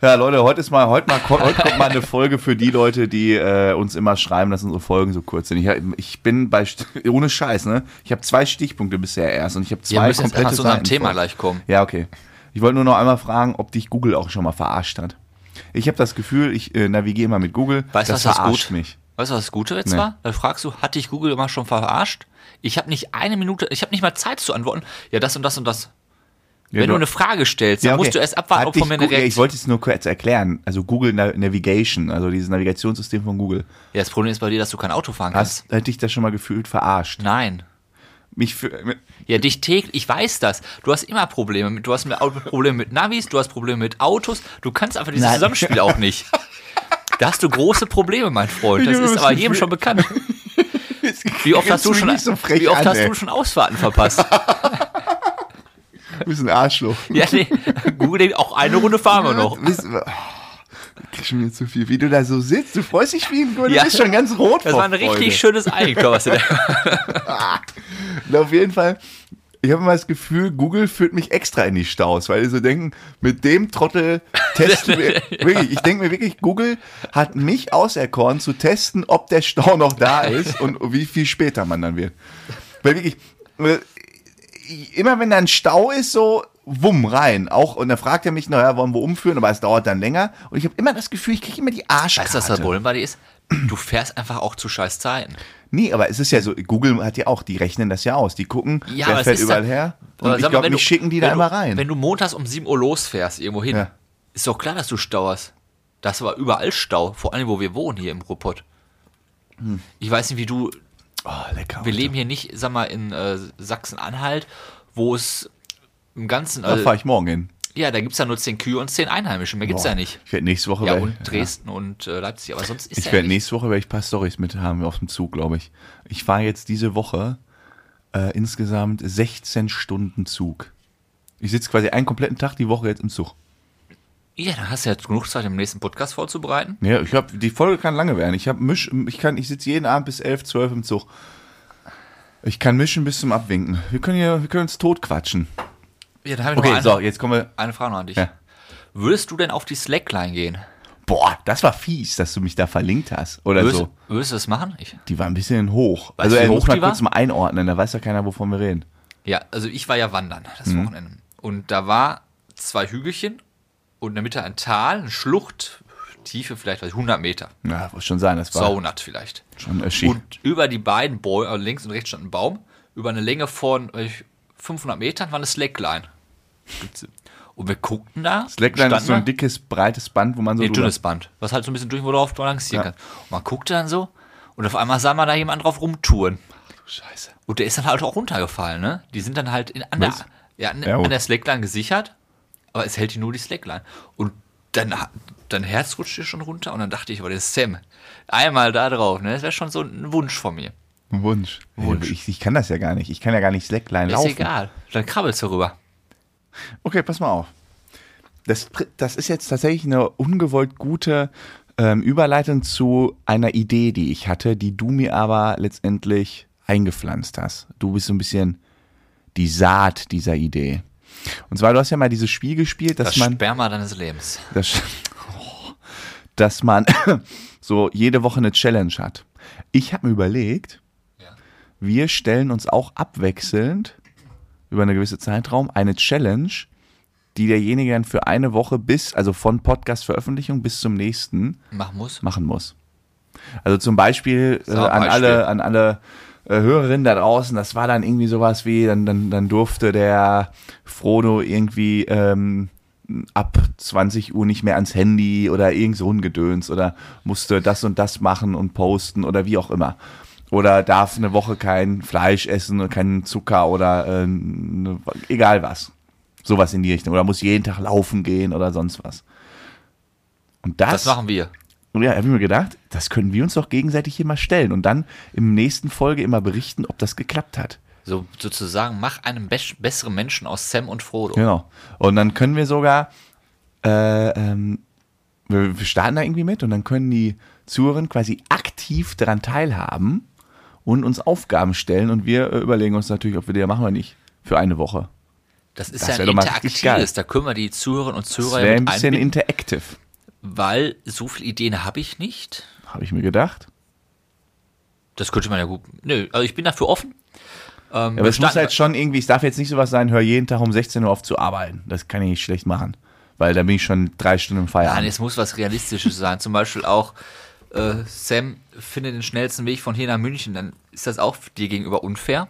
Ja, Leute, heute ist mal, heute mal, heute kommt mal eine Folge für die Leute, die äh, uns immer schreiben, dass unsere Folgen so kurz sind. Ich, ich bin bei St- ohne Scheiß, ne? Ich habe zwei Stichpunkte bisher erst und ich habe Wir zwei müssen jetzt komplette einfach zu unserem Seiten Thema voll. gleich kommen. Ja, okay. Ich wollte nur noch einmal fragen, ob dich Google auch schon mal verarscht hat. Ich habe das Gefühl, ich äh, navigiere immer mit Google. Weißt du, das was das verarscht gut- mich. Weißt du, was das Gute jetzt Nee. war? Da fragst du, hat dich Google immer schon verarscht? Ich habe nicht eine Minute, ich habe nicht mal Zeit zu antworten. Ja, das und das und das. Ja, Wenn du- du eine Frage stellst, dann Ja, okay. musst du erst abwarten, Hat ob von dich mir eine Google- ja, Ich Reaktion. wollte es nur kurz erklären. Also Google Na- Navigation, also dieses Navigationssystem von Google. Ja, das Problem ist bei dir, dass du kein Auto fahren kannst. Hast, hat dich das schon mal gefühlt verarscht? Nein. Mich für, Ja, dich täglich, ich weiß das. Du hast immer Probleme. mit- Du hast mit Au- Probleme mit Navis, du hast Probleme mit Autos. Du kannst einfach dieses Nein. Zusammenspiel auch nicht. Da hast du große Probleme, mein Freund. Das hab ist das aber jedem Gefühl- schon bekannt. Wie oft hast du schon, wie oft hast du schon Ausfahrten verpasst? Du bist ein Arschloch. ja, nee. Google denkt, auch eine Runde fahren wir noch. Bist- oh, kriegst schon mir zu viel. Wie du da so sitzt, du freust dich wie ein Gott, du bist schon ganz rot Das vor war ein richtig Freude. schönes Eigentor, was du da. Und auf jeden Fall, ich habe immer das Gefühl, Google führt mich extra in die Staus, weil die so denken, mit dem Trottel testen wir. Wirklich, ich denke mir wirklich, Google hat mich auserkoren zu testen, ob der Stau noch da ist und wie viel später man dann wird. Weil wirklich, äh, immer wenn da ein Stau ist, so wumm rein. Auch, und dann fragt er mich, naja, wollen wir umführen, aber es dauert dann länger. Und ich habe immer das Gefühl, ich kriege immer die Arschkarte. Weißt du, was das Problem bei dir ist? Du fährst einfach auch zu scheiß Zeiten. Nee, aber es ist ja so, Google hat ja auch, die rechnen das ja aus. Die gucken, Ja, aber wer es fährt ist überall dann- her. Aber Und ich sag mal, glaube, wenn mich du- schicken die da wenn immer du, rein. Wenn du montags um 7 Uhr losfährst, irgendwo hin, Ja. ist doch klar, dass du Stau hast. Das war überall Stau, vor allem wo wir wohnen hier im Ruhrpott. Hm. Ich weiß nicht, wie du, oh, lecker. wir leben hier nicht, sag mal, in äh, Sachsen-Anhalt, wo es im Ganzen, Da also, fahre ich morgen hin. ja, da gibt es ja nur 10 Kühe und 10 Einheimische, mehr gibt es Boah, ja nicht. Ich werde nächste Woche. Ja, werd- und Dresden und äh, Leipzig, aber sonst ist Ich ja werde nicht. nächste Woche werde ich ein paar Stories mit haben auf dem Zug, glaube ich. Ich fahre jetzt diese Woche äh, insgesamt 16 Stunden Zug. Ich sitze quasi einen kompletten Tag die Woche jetzt im Zug. Ja, dann hast du ja genug Zeit, im nächsten Podcast vorzubereiten. Ja, ich habe die Folge kann lange werden. Ich habe misch, ich kann, ich sitze jeden Abend bis 11, 12 im Zug. Ich kann mischen bis zum Abwinken. Wir können hier, wir können uns tot quatschen. Ja, dann habe ich Okay, noch eine, so, jetzt kommen wir. eine Frage noch an dich. Ja. Würdest du denn auf die Slackline gehen? Boah, das war fies, dass du mich da verlinkt hast oder Würdest, so. würdest du das machen? Ich, Die war ein bisschen hoch. also, Weißt du, wie er muss hoch mal die war? kurz mal einordnen, da weiß ja keiner, wovon wir reden. ja, also ich war ja wandern das Mhm. Wochenende. Und da war zwei Hügelchen und in der Mitte ein Tal, eine Schlucht, Tiefe vielleicht weiß ich, 100 Meter, Ja, muss schon sein, das war 200 vielleicht. schon Öschi. Und über die beiden Bäume, also links und rechts stand ein Baum, über eine Länge von äh, 500 Metern war eine Slackline. Und wir guckten da. Slackline ist standen so ein da- dickes, breites Band, wo man so. Nee, drüber- dünnes Band, was halt so ein bisschen durch, wo du drauf balancieren Ja. kannst. Und man guckte dann so und auf einmal sah man da jemanden drauf rumtouren. Scheiße. Und der ist dann halt auch runtergefallen, ne? Die sind dann halt in, an, der, Was? ja, an, Ja, gut. an der Slackline gesichert, aber es hält die nur die Slackline. Und dann, dein Herz rutschte schon runter und dann dachte ich, aber der Sam, einmal da drauf, ne? Das wäre schon so ein Wunsch von mir. Ein Wunsch. Wunsch. Ich, ich kann das ja gar nicht. Ich kann ja gar nicht Slackline laufen. Ist egal. Dann krabbelst du rüber. Okay, pass mal auf. Das, das ist jetzt tatsächlich eine ungewollt gute ähm, Überleitung zu einer Idee, die ich hatte, die du mir aber letztendlich eingepflanzt hast. Du bist so ein bisschen die Saat dieser Idee. Und zwar, du hast ja mal dieses Spiel gespielt, dass Das man. Sperma deines Lebens. Das, oh, dass man so jede Woche eine Challenge hat. Ich habe mir überlegt, Ja. wir stellen uns auch abwechselnd über einen gewissen Zeitraum eine Challenge, die derjenige dann für eine Woche bis, also von Podcast-Veröffentlichung bis zum nächsten Mach muss. machen muss. Also zum Beispiel äh, So, an Beispiel. alle, an alle äh, Hörerinnen da draußen, das war dann irgendwie sowas wie, dann, dann, dann durfte der Frodo irgendwie ähm, ab 20 Uhr nicht mehr ans Handy oder irgend so ein Gedöns oder musste das und das machen und posten oder wie auch immer. Oder darf eine Woche kein Fleisch essen und keinen Zucker oder äh, ne- egal was. Sowas in die Richtung. Oder muss jeden Tag laufen gehen oder sonst was. Und das, Das machen wir. und ja, habe ich mir gedacht, das können wir uns doch gegenseitig hier mal stellen und dann im nächsten Folge immer berichten, ob das geklappt hat. So, sozusagen, mach einen bes- besseren Menschen aus Sam und Frodo. Genau. Und dann können wir sogar, äh, ähm, wir, wir starten da irgendwie mit und dann können die Zuhörerinnen quasi aktiv daran teilhaben und uns Aufgaben stellen und wir äh, überlegen uns natürlich, ob wir die machen oder nicht. Für eine Woche. Das Das ist ja wär ein doch mal richtig interaktives, da können wir die Zuhörerinnen und Das Zuhörer wäre ja ein mit bisschen einbinden, interactive, weil so viele Ideen habe ich nicht. habe ich mir gedacht. Das könnte man ja gut. Nö, also ich bin dafür offen. Ähm, Ja, aber wir es muss starten- halt schon irgendwie, es darf jetzt nicht sowas sein, hör jeden Tag um 16 Uhr auf zu arbeiten. Das kann ich nicht schlecht machen. Weil da bin ich schon drei Stunden im Nein, Feierabend. es muss was Realistisches sein. Zum Beispiel auch, äh, Sam findet den schnellsten Weg von hier nach München. Dann ist das auch dir gegenüber unfair.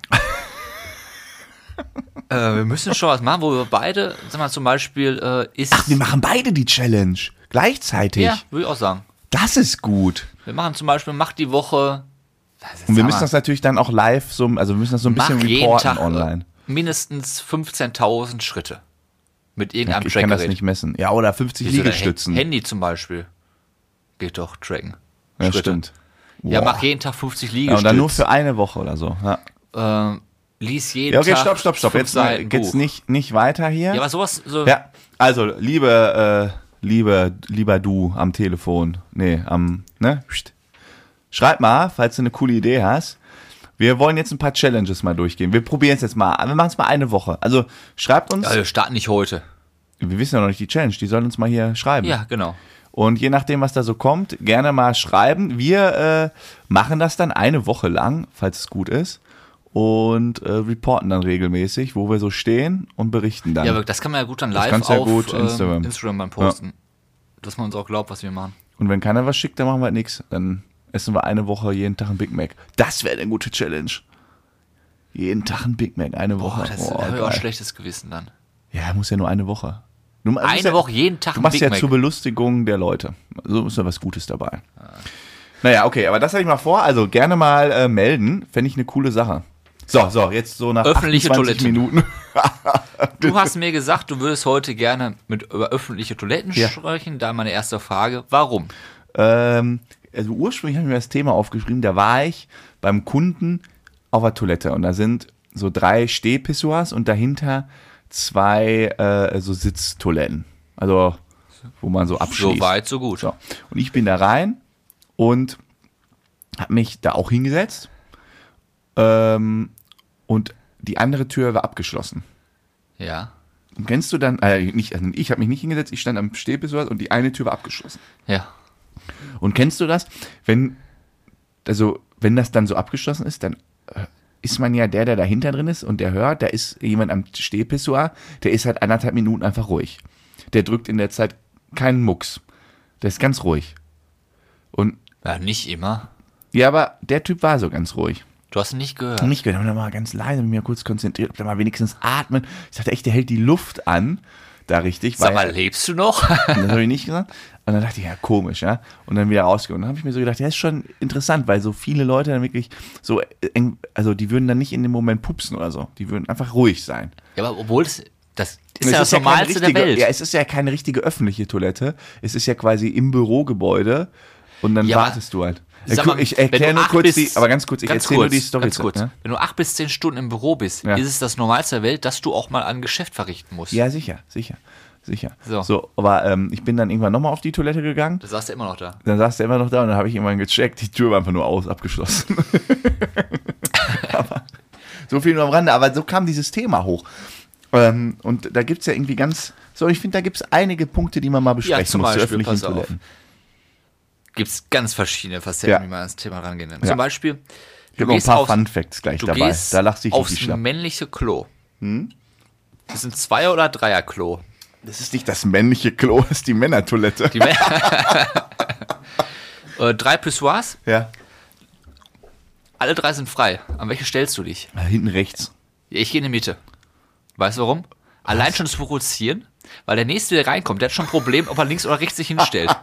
äh, wir müssen schon was machen, wo wir beide, sag mal zum Beispiel, äh, ist. wir machen beide die Challenge. Gleichzeitig. ja, würde ich auch sagen. Das ist gut. Wir machen zum Beispiel, macht die Woche. Also Und wir müssen das natürlich dann auch live, so, also wir müssen das so ein mach bisschen jeden reporten Tag äh, online. mindestens 15.000 Schritte. Mit irgendeinem Ich kann das Trackgerät. nicht messen. Ja, oder 50 Wieso, dein Liegestützen. Ha- Handy zum Beispiel. Geht doch tracken. ja, Schritte. stimmt. Ja, Wow. mach jeden Tag 50 ja, Liegestütze. und dann nur für eine Woche oder so. Ja, ähm, lies jeden ja okay, Tag. stopp, stopp, stopp. fünf Jetzt äh, Seiten geht's Buch. nicht, nicht weiter hier. Ja, aber sowas, so, Ja, also, liebe lieber, lieber du am Telefon, nee, am, ne? Pst. Schreib mal, falls du eine coole Idee hast. Wir wollen jetzt ein paar Challenges mal durchgehen. Wir probieren es jetzt mal. Wir machen es mal eine Woche. Also schreibt uns. Also starten nicht heute. Wir wissen ja noch nicht die Challenge. Die sollen uns mal hier schreiben. Ja, genau. Und je nachdem, was da so kommt, gerne mal schreiben. Wir äh, machen das dann eine Woche lang, falls es gut ist. Und äh, reporten dann regelmäßig, wo wir so stehen und berichten dann. Ja, aber das kann man ja gut dann live kannst du ja auf gut, ähm, Instagram. Instagram dann posten. Dass man uns auch glaubt, was wir machen. Und wenn keiner was schickt, dann machen wir halt nichts. Dann essen wir eine Woche jeden Tag ein Big Mac. Das wäre eine gute Challenge. Jeden Tag ein Big Mac, eine Boah, Woche. das Boah, da hab ich auch ein geil. schlechtes Gewissen dann. ja, muss ja nur eine Woche. Du, machst Eine ja, Woche, jeden Tag Du ein machst Big ja Mac. zur Belustigung der Leute. So ist ja was Gutes dabei. Naja, okay, aber das hatte ich mal vor. Also gerne mal äh, melden. Fände ich eine coole Sache. So, so, jetzt so nach Öffentliche 28 Toiletten. Minuten. Du hast mir gesagt, du würdest heute gerne mit über öffentliche Toiletten Ja. sprechen. Da meine erste Frage, warum? Ähm, also ursprünglich habe ich mir das Thema aufgeschrieben, da war ich beim Kunden auf der Toilette und da sind so drei Stehpissoirs und dahinter zwei äh, so Sitztoiletten. Also, wo man so abschließt. So weit, so gut. So. Und ich bin da rein und habe mich da auch hingesetzt. Ähm, und die andere Tür war abgeschlossen. Ja. Und kennst du dann, äh, nicht, also ich habe mich nicht hingesetzt, ich stand am Stehpissoir und die eine Tür war abgeschlossen. Ja. Und kennst du das? Wenn, also, wenn das dann so abgeschlossen ist, dann äh, ist man ja der, der dahinter drin ist und der hört, da ist jemand am Stehpissoir, der ist halt anderthalb Minuten einfach ruhig. Der drückt in der Zeit keinen Mucks. Der ist ganz ruhig. Und, ja. Nicht immer. ja, aber der Typ war so ganz ruhig. Du hast nicht gehört. Und ich gehört, hab da mal ganz leise, mich mal kurz konzentriert, hab da mal wenigstens atmen. Ich dachte echt, der hält die Luft an. Da richtig. Sag weil- mal, lebst du noch? Und das habe ich nicht gesagt. Und dann dachte ich, ja, komisch, ja. Und dann wieder rausgegangen. Und dann habe ich mir so gedacht, ja, ist schon interessant, weil so viele Leute dann wirklich so eng, also die würden dann nicht in dem Moment pupsen oder so. Die würden einfach ruhig sein. ja, aber obwohl es, das ist Es ja das keine Normalste der richtige- Welt. Ja, es ist ja keine richtige öffentliche Toilette. Es ist ja quasi im Bürogebäude und dann Ja, aber- wartest du halt. Sag gu- mal, ich wenn erkläre du nur acht kurz die, bis- aber ganz kurz, ich erzähle nur die Story. Ganz zu- kurz. ne? Wenn du acht bis zehn Stunden im Büro bist, Ja. ist es das Normalste der Welt, dass du auch mal ein Geschäft verrichten musst. Ja, sicher, sicher, sicher. So. So, aber ähm, ich bin dann irgendwann nochmal auf die Toilette gegangen. Du saßt ja immer noch da. dann saß der immer noch da und dann habe ich irgendwann gecheckt, die Tür war einfach nur aus, abgeschlossen. aber so viel nur am Rande, aber so kam dieses Thema hoch. Ähm, und da gibt es ja irgendwie ganz, so ich finde, da gibt es einige Punkte, die man mal besprechen zum muss zu Beispiel, öffentlichen pass auf. Toiletten. Gibt es ganz verschiedene Facetten, Ja. wie man an das Thema rangehen kann. Ja. Zum Beispiel, Ich habe noch ein gehst paar aufs- Fun Facts gleich du dabei. gehst Da lacht sich Hm? aufs richtig schlapp. männliche Klo. Das sind Zweier- oder Dreier-Klo. Das ist nicht das männliche Klo, das ist die Männertoilette. Die äh, drei Pissoirs, ja. alle drei sind frei. An welche stellst du dich? Ah, Hinten rechts. Ich gehe in die Mitte. Weißt du warum? Allein schon das Provozieren, weil der Nächste, der reinkommt, der hat schon ein Problem, ob er links oder rechts sich hinstellt.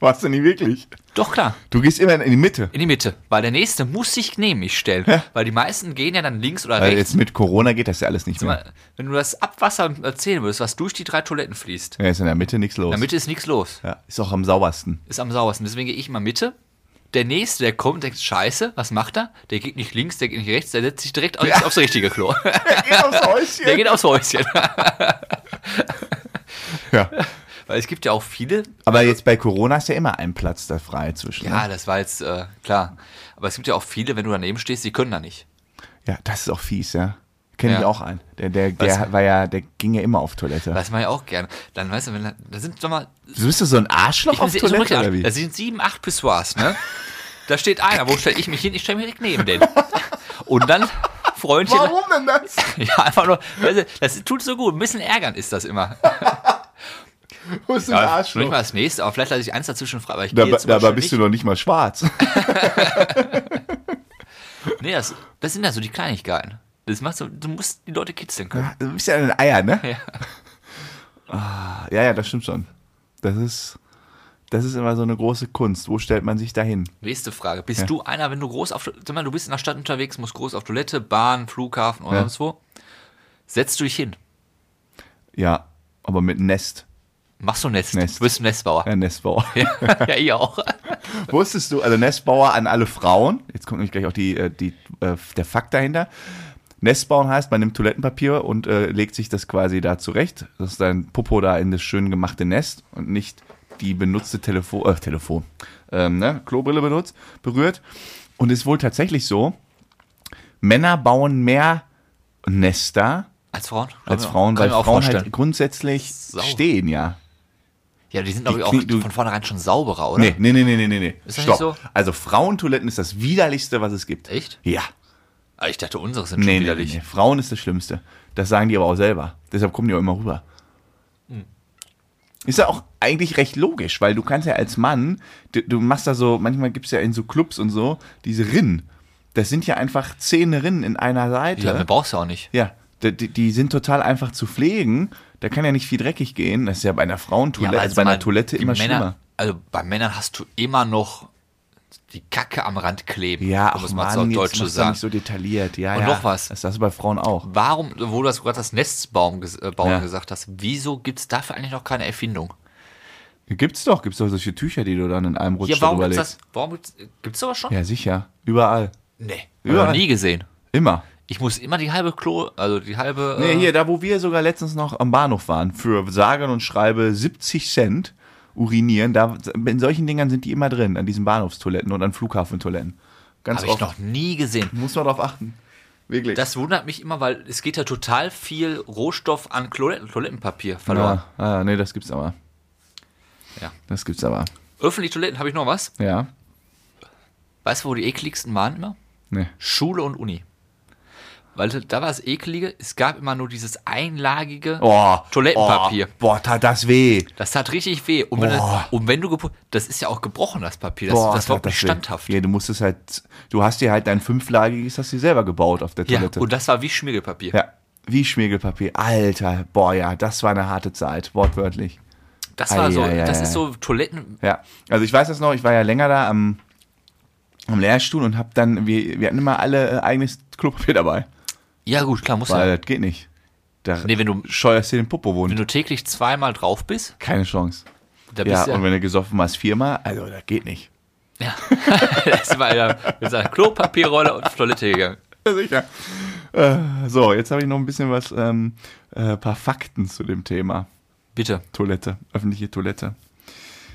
Warst du nicht wirklich? Doch klar, Du gehst immer in die Mitte. in die Mitte, weil der Nächste muss sich neben mich stellen, weil die meisten gehen ja dann links oder Weil rechts. jetzt mit Corona geht das ja alles nicht mehr. Mal, Wenn du das Abwasser erzählen würdest, was durch die drei Toiletten fließt, in Ja, ist in der Mitte nichts los. der Mitte ist nichts los. ja, ist auch am saubersten. Ist am sauersten. Deswegen gehe ich immer Mitte. Der nächste, der kommt, denkt, scheiße, was macht er? Der geht nicht links, der geht nicht rechts, der setzt sich direkt aufs, aufs richtige Klo. Geht aufs Häuschen. Der geht aufs Häuschen. Ja. Weil es gibt ja auch viele, Aber jetzt bei Corona ist ja immer ein Platz da frei zwischen. Also ja, ne? das war jetzt äh, klar, aber es gibt ja auch viele, wenn du daneben stehst, die können da nicht. ja das ist auch fies, ja. Kenne Ja. ich auch einen. Der, der, der Was? war ja, der ging ja immer auf Toilette. Das mache ich auch gerne. Dann, weißt du, wenn da, da sind, sag mal, Du bist du so ein Arschloch Ich auf bin so Toilette richtig- oder wie? Da sind sieben, acht Pissoirs, ne? Da steht einer, wo stelle ich mich hin? Ich stelle mich direkt neben den. Und dann, Freundchen. denn das? Ja, einfach nur, weißt du, das tut so gut. Ein bisschen ärgern ist das immer. Du bist ein Schon nicht mal das nächste, aber vielleicht lasse ich eins dazwischen frei, aber ich gehe Dabei, jetzt zum dabei Beispiel bist du noch nicht mal schwarz. nicht. Nee, das, das sind ja so die Kleinigkeiten. Das machst du, du musst die Leute kitzeln können. Du bist ja ein Eier, ne? Ja. Ah, ja, ja, das stimmt schon. Das ist, das ist immer so eine große Kunst. Wo stellt man sich da hin? Nächste Frage. Bist du einer, wenn du groß auf, sag mal, du bist in der Stadt unterwegs, musst groß auf Toilette, Bahn, Flughafen oder Ja. sonst wo, setzt du dich hin, Ja, aber mit Nest. machst du ein Nest, Nest. Nest. wirst du Nestbauer. Ja, Nestbauer. Ja, ja ich auch. Wusstest du, also Nestbauer an alle Frauen, jetzt kommt nämlich gleich auch die, äh, die, äh, der Fakt dahinter, Nest bauen heißt, man nimmt Toilettenpapier und äh, legt sich das quasi da zurecht, dass dein Popo da in das schön gemachte Nest und nicht die benutzte Telefon, äh, Telefon, ähm, ne, Klobrille benutzt, berührt. Und ist wohl tatsächlich so, Männer bauen mehr Nester Als Frauen? als Kann Frauen, ich mir- Also kann weil ich mir auch Frauen halt vorstellen. grundsätzlich Sau. stehen, ja. Ja, die sind, glaube ich, Die knie- du- auch von vornherein schon sauberer, oder? Nee, nee, nee, nee, nee, nee, nee. Ist das Stopp. nicht so? Also Frauentoiletten ist das widerlichste, was es gibt. Echt? Ja. Ah, Ich dachte, unsere sind schon Nee, nee, nee, widerlich. nee. Frauen ist das Schlimmste. Das sagen die aber auch selber. Deshalb kommen die auch immer rüber. Hm. Ist ja auch eigentlich recht logisch, weil du kannst ja als Mann, du, du machst da so, manchmal gibt es ja in so Clubs und so, diese Rinnen. Das sind ja einfach zehn Rinnen in einer Seite. Ja, mehr brauchst du auch nicht. Ja, die, die- die sind total einfach zu pflegen. Da kann ja nicht viel dreckig gehen. Das ist ja bei einer Frauentoilette, aber also bei einer mal, Toilette die immer Männer, schlimmer. Also bei Männern hast du immer noch die Kacke am Rand kleben. Ja, um auch es Mann, mal so auf jetzt Deutsch zu machst du sagen. nicht so detailliert. Ja, Und ja. noch was. Das hast du bei Frauen auch. Warum, wo du das gerade das Nestbaum ges äh, bauen Ja. gesagt hast, wieso gibt es dafür eigentlich noch keine Erfindung? Gibt's doch, gibt's doch solche Tücher, die du dann in einem Rutsch Ja, warum gibt's drüberlegst. das? Warum gibt's, äh, gibt's sowas schon? Ja, sicher. Überall. Nee. Überall. Noch nie gesehen. Immer. Ich muss immer die halbe Klo, also die halbe. Nee, äh, hier, da wo wir sogar letztens noch am Bahnhof waren, für sage und schreibe 70 Cent urinieren, da, in solchen Dingern sind die immer drin, an diesen Bahnhofstoiletten und an Flughafentoiletten. Ganz Habe ich oft. noch nie gesehen. Muss man drauf achten. Wirklich. Das wundert mich immer, weil es geht ja total viel Rohstoff an Toiletten, Toilettenpapier verloren. ja, ah, nee, das gibt's aber. Ja. Das gibt's aber. Öffentliche Toiletten, habe ich noch was? Ja. Weißt du, wo die ekligsten waren immer? Nee. Schule und Uni. Weil da war das Ekelige, es gab immer nur dieses einlagige Oh, Toilettenpapier. Oh, boah, tat das weh. Das tat richtig weh. Und wenn, Boah. das, und wenn du gepu- das ist ja auch gebrochen, das Papier. Das, das tat war auch nicht weh. standhaft. Ja, du musstest halt, du hast dir halt dein fünflagiges, hast du dir selber gebaut auf der Ja, Toilette. und das war wie Schmiergelpapier. Ja, wie Schmiergelpapier. Alter, boah, ja, das war eine harte Zeit, wortwörtlich. Das war so, Eieiei. das ist so Toiletten. Ja, also ich weiß das noch, ich war ja länger da am, am Lehrstuhl und hab dann, wir, wir hatten immer alle äh, eigenes Klopapier dabei. Ja, gut, klar, muss Weil ja. das geht nicht. Da Nee, wenn du, scheuerst dir den Popo wenn wohnen. du täglich zweimal drauf bist, Keine Chance. da Ja, bist und du ja. wenn du gesoffen hast, viermal, also das geht nicht. ja. das war ja mit seiner Klopapierrolle und auf Toilette gegangen. Ja, sicher. Äh, so, jetzt habe ich noch ein bisschen was, ähm, äh, paar Fakten zu dem Thema. Bitte. Toilette, öffentliche Toilette.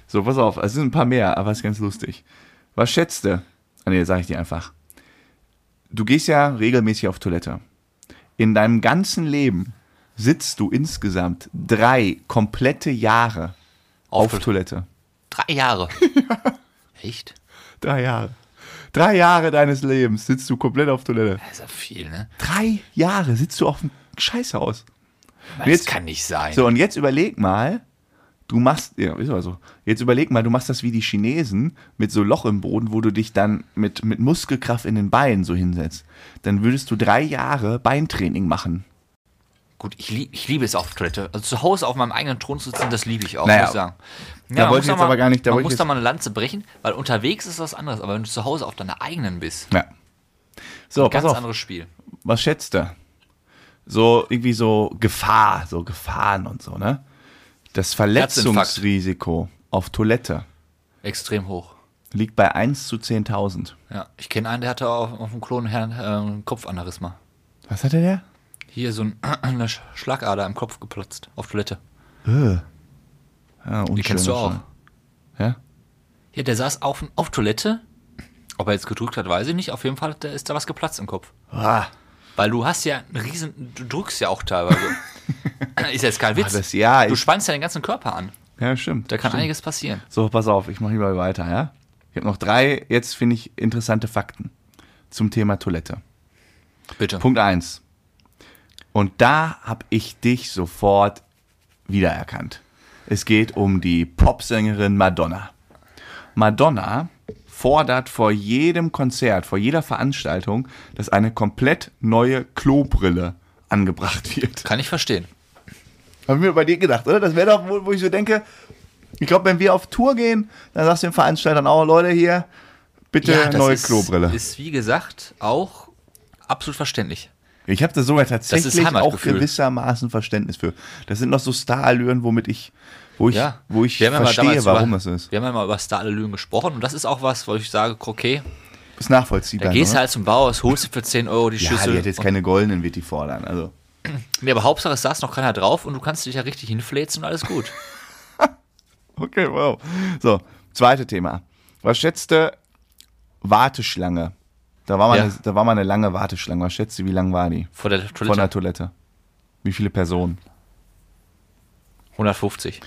So, pass auf, es sind ein paar mehr, aber es ist ganz lustig. Was schätzt du? Ah, nee, sag ich dir einfach. Du gehst ja regelmäßig auf Toilette. In deinem ganzen Leben sitzt du insgesamt drei komplette Jahre auf, Auf Toilette. Drei Jahre. Echt? Drei Jahre. Drei Jahre deines Lebens sitzt du komplett auf Toilette. Das ist ja viel, ne? Drei Jahre sitzt du auf dem Scheißhaus. Das Jetzt- kann nicht sein. So, und jetzt überleg mal, du machst, ja, ist aber so, jetzt überleg mal, du machst das wie die Chinesen mit so Loch im Boden, wo du dich dann mit, mit Muskelkraft in den Beinen so hinsetzt. Dann würdest du drei Jahre Beintraining machen. Gut, ich, lieb, ich liebe es auf Toilette. Also zu Hause auf meinem eigenen Thron zu sitzen, das liebe ich auch, Naja, muss ich sagen. wollte Ja, man muss ich da jetzt mal, aber gar nicht- da man wollte ich muss jetzt- da mal eine Lanze brechen, weil unterwegs ist was anderes. Aber wenn du zu Hause auf deiner eigenen bist, Ja. So, pass ganz auf, anderes Spiel. was schätzt du? So, irgendwie so Gefahr, so Gefahren und so, ne? Das Verletzungsrisiko auf Toilette Extrem hoch. liegt bei 1 zu 10.000. Ja, ich kenne einen, der hatte auf, auf dem Klon Herrn äh, ein Kopfaneurysma. Was hatte der? Hier so ein, eine Sch- Schlagader im Kopf geplatzt auf Toilette. Ja, Die kennst du auch. Ah, Ja? Ja, der saß auf, auf Toilette. Ob er jetzt gedrückt hat, weiß ich nicht. Auf jeden Fall da ist da was geplatzt im Kopf. Ah. Weil du hast ja einen riesen, du drückst ja auch teilweise. ist jetzt kein Witz. das- ja, du ich- spannst ja den ganzen Körper an. Ja, stimmt. Da kann stimmt. einiges passieren. So, pass auf, ich mache lieber weiter, ja? Ich habe noch drei, jetzt finde ich, interessante Fakten zum Thema Toilette. Bitte. Punkt eins Und da habe ich dich sofort wiedererkannt. Es geht um die Popsängerin Madonna. Madonna fordert vor jedem Konzert, vor jeder Veranstaltung, dass eine komplett neue Klobrille angebracht wird. Kann ich verstehen. Hab ich mir bei dir gedacht, oder? Das wäre doch, wo, wo ich so denke, ich glaube, wenn wir auf Tour gehen, dann sagst du den Veranstaltern auch, Leute, hier, bitte das neue ist, Klobrille. Ist wie gesagt auch absolut verständlich. ich habe da sogar tatsächlich auch Heimatgefühl. gewissermaßen Verständnis für. Das sind noch so Starallüren, womit ich, wo ich, Ja. wo ich Wir haben ja mal verstehe, damals warum über, es ist. Wir haben ja mal über Starlelügen gesprochen und das ist auch was, wo ich sage, okay, Ist nachvollziehbar. Da gehst du ne? halt zum Bauhaus, holst dir für 10 Euro die ja, die Schüssel. hat jetzt keine goldenen, wird die fordern. Also, nee, aber Hauptsache es saß noch keiner drauf und du kannst dich ja richtig hinfläzen und alles gut. okay, wow. So, zweites Thema. Was schätzt du? Warteschlange. Da war, mal Ja. eine, da war mal eine lange Warteschlange. Was schätzt du, wie lang war die? Vor der Toilette Von der Toilette. Wie viele Personen? 150.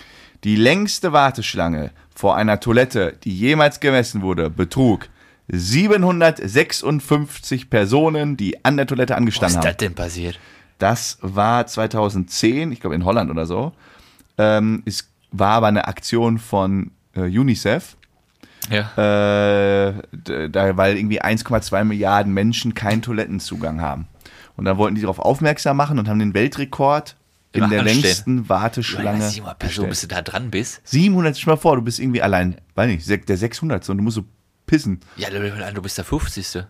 Die längste Warteschlange vor einer Toilette, die jemals gemessen wurde, betrug 756 Personen, die an der Toilette Was angestanden ist das haben. denn passiert? Das war 2010, ich glaube in Holland oder so. Ähm, es war aber eine Aktion von äh, UNICEF, Ja. äh, d- da, weil irgendwie 1,2 Milliarden Menschen keinen Toilettenzugang haben. Und dann wollten die darauf aufmerksam machen und haben den Weltrekord in Immer der anstehen. längsten Warteschlange. Sieh mal, Person, gestellt. bis du da dran bist. 700, stell mal vor, du bist irgendwie allein, weiß nicht, sech- der 600. und du musst so pissen. Ja, du du bist der 50.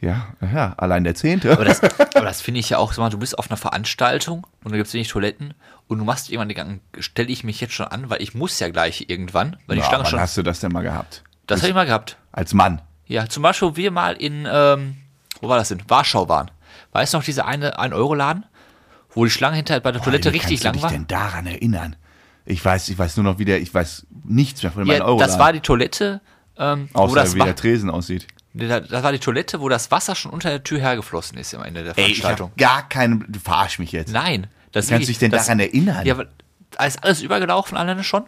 Ja, ja, allein der Zehnte. Aber das, aber das finde ich ja auch, sag mal, du bist auf einer Veranstaltung und da gibt es wenig Toiletten und du machst irgendwann den Gang, stelle ich mich jetzt schon an, weil ich muss ja gleich irgendwann, weil die Ja, Schlange wann schon. hast du das denn mal gehabt? das habe ich mal gehabt. Als Mann. Ja, zum Beispiel, wir mal in, ähm, wo war das denn? Warschau waren. Weißt du noch, dieser eine 1-Euro-Laden, wo die Schlange hinter bei der Toilette Alter, richtig kannst lang du dich war? denn daran erinnern? Ich weiß, ich weiß nur noch, wie der, ich weiß nichts mehr von dem Ja, 1 Euro. das war die Toilette, ähm, wo Außer das, wie Wa- der Tresen aussieht. das war die Toilette, wo das Wasser schon unter der Tür hergeflossen ist am Ende der ich Veranstaltung. hab gar keinen, du verarsch mich jetzt. Nein. Das Kannst ist du wirklich- dich denn das- daran erinnern? Ja, weil da ist alles übergelaufen alleine schon.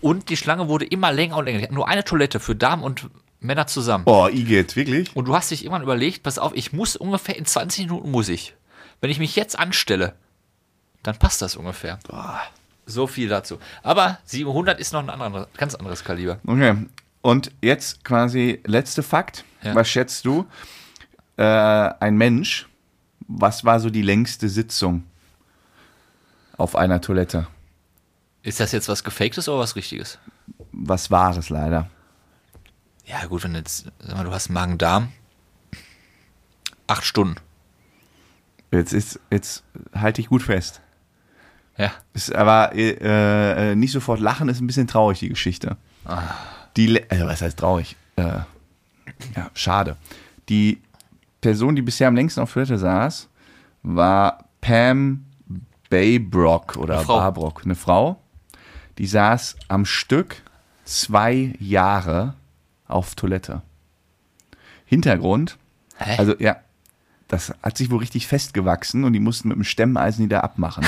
Und die Schlange wurde immer länger und länger. Die hatten nur eine Toilette für Damen und Männer zusammen. Boah, Igitt, wirklich? Und du hast dich irgendwann überlegt, pass auf, ich muss ungefähr in 20 Minuten muss ich. Wenn ich mich jetzt anstelle, dann passt das ungefähr. So viel dazu. Aber 700 ist noch ein anderer, ganz anderes Kaliber. Okay. Und jetzt quasi letzte Fakt. Ja. Was schätzt du? Äh, ein Mensch, was war so die längste Sitzung auf einer Toilette? Ist das jetzt was Gefaktes oder was Richtiges? Was war es leider? Ja, gut, wenn jetzt, sag mal, du hast Magen-Darm. Acht Stunden. Jetzt ist, jetzt halte ich gut fest. Ja. Ist aber äh, äh, nicht sofort lachen, ist ein bisschen traurig, die Geschichte. Die, le- also was heißt traurig? Äh, ja, schade. Die Person, die bisher am längsten auf Toilette saß, war Pam Baybrock oder Eine Frau. Barbrock, eine Frau. Die saß am Stück zwei Jahre auf Toilette. Hintergrund, Hä? also ja, das hat sich wohl richtig festgewachsen und die mussten mit dem Stemmeisen die da abmachen.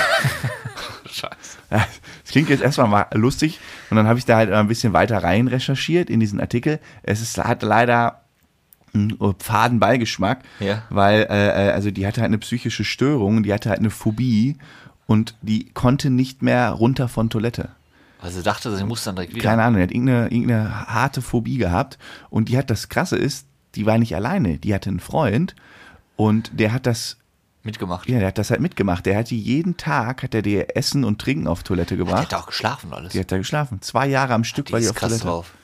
Scheiße. Ja, Das klingt jetzt erstmal mal lustig und dann habe ich da halt ein bisschen weiter rein recherchiert in diesen Artikel. Es ist, hat leider einen faden Beigeschmack, Ja. weil äh, äh, also die hatte halt eine psychische Störung, die hatte halt eine Phobie und die konnte nicht mehr runter von Toilette. Also sie dachte, sie muss dann direkt wieder. Keine Ahnung, die hat irgendeine, irgendeine harte Phobie gehabt und die hat das Krasse ist, die war nicht alleine, die hatte einen Freund und der hat das mitgemacht. ja, der hat das halt mitgemacht. Der hat die jeden Tag, hat er dir Essen und Trinken auf Toilette Die gebracht. hat da auch geschlafen und alles. Die hat da geschlafen. Zwei Jahre am Stück Die war die ist auf krass Toilette. drauf.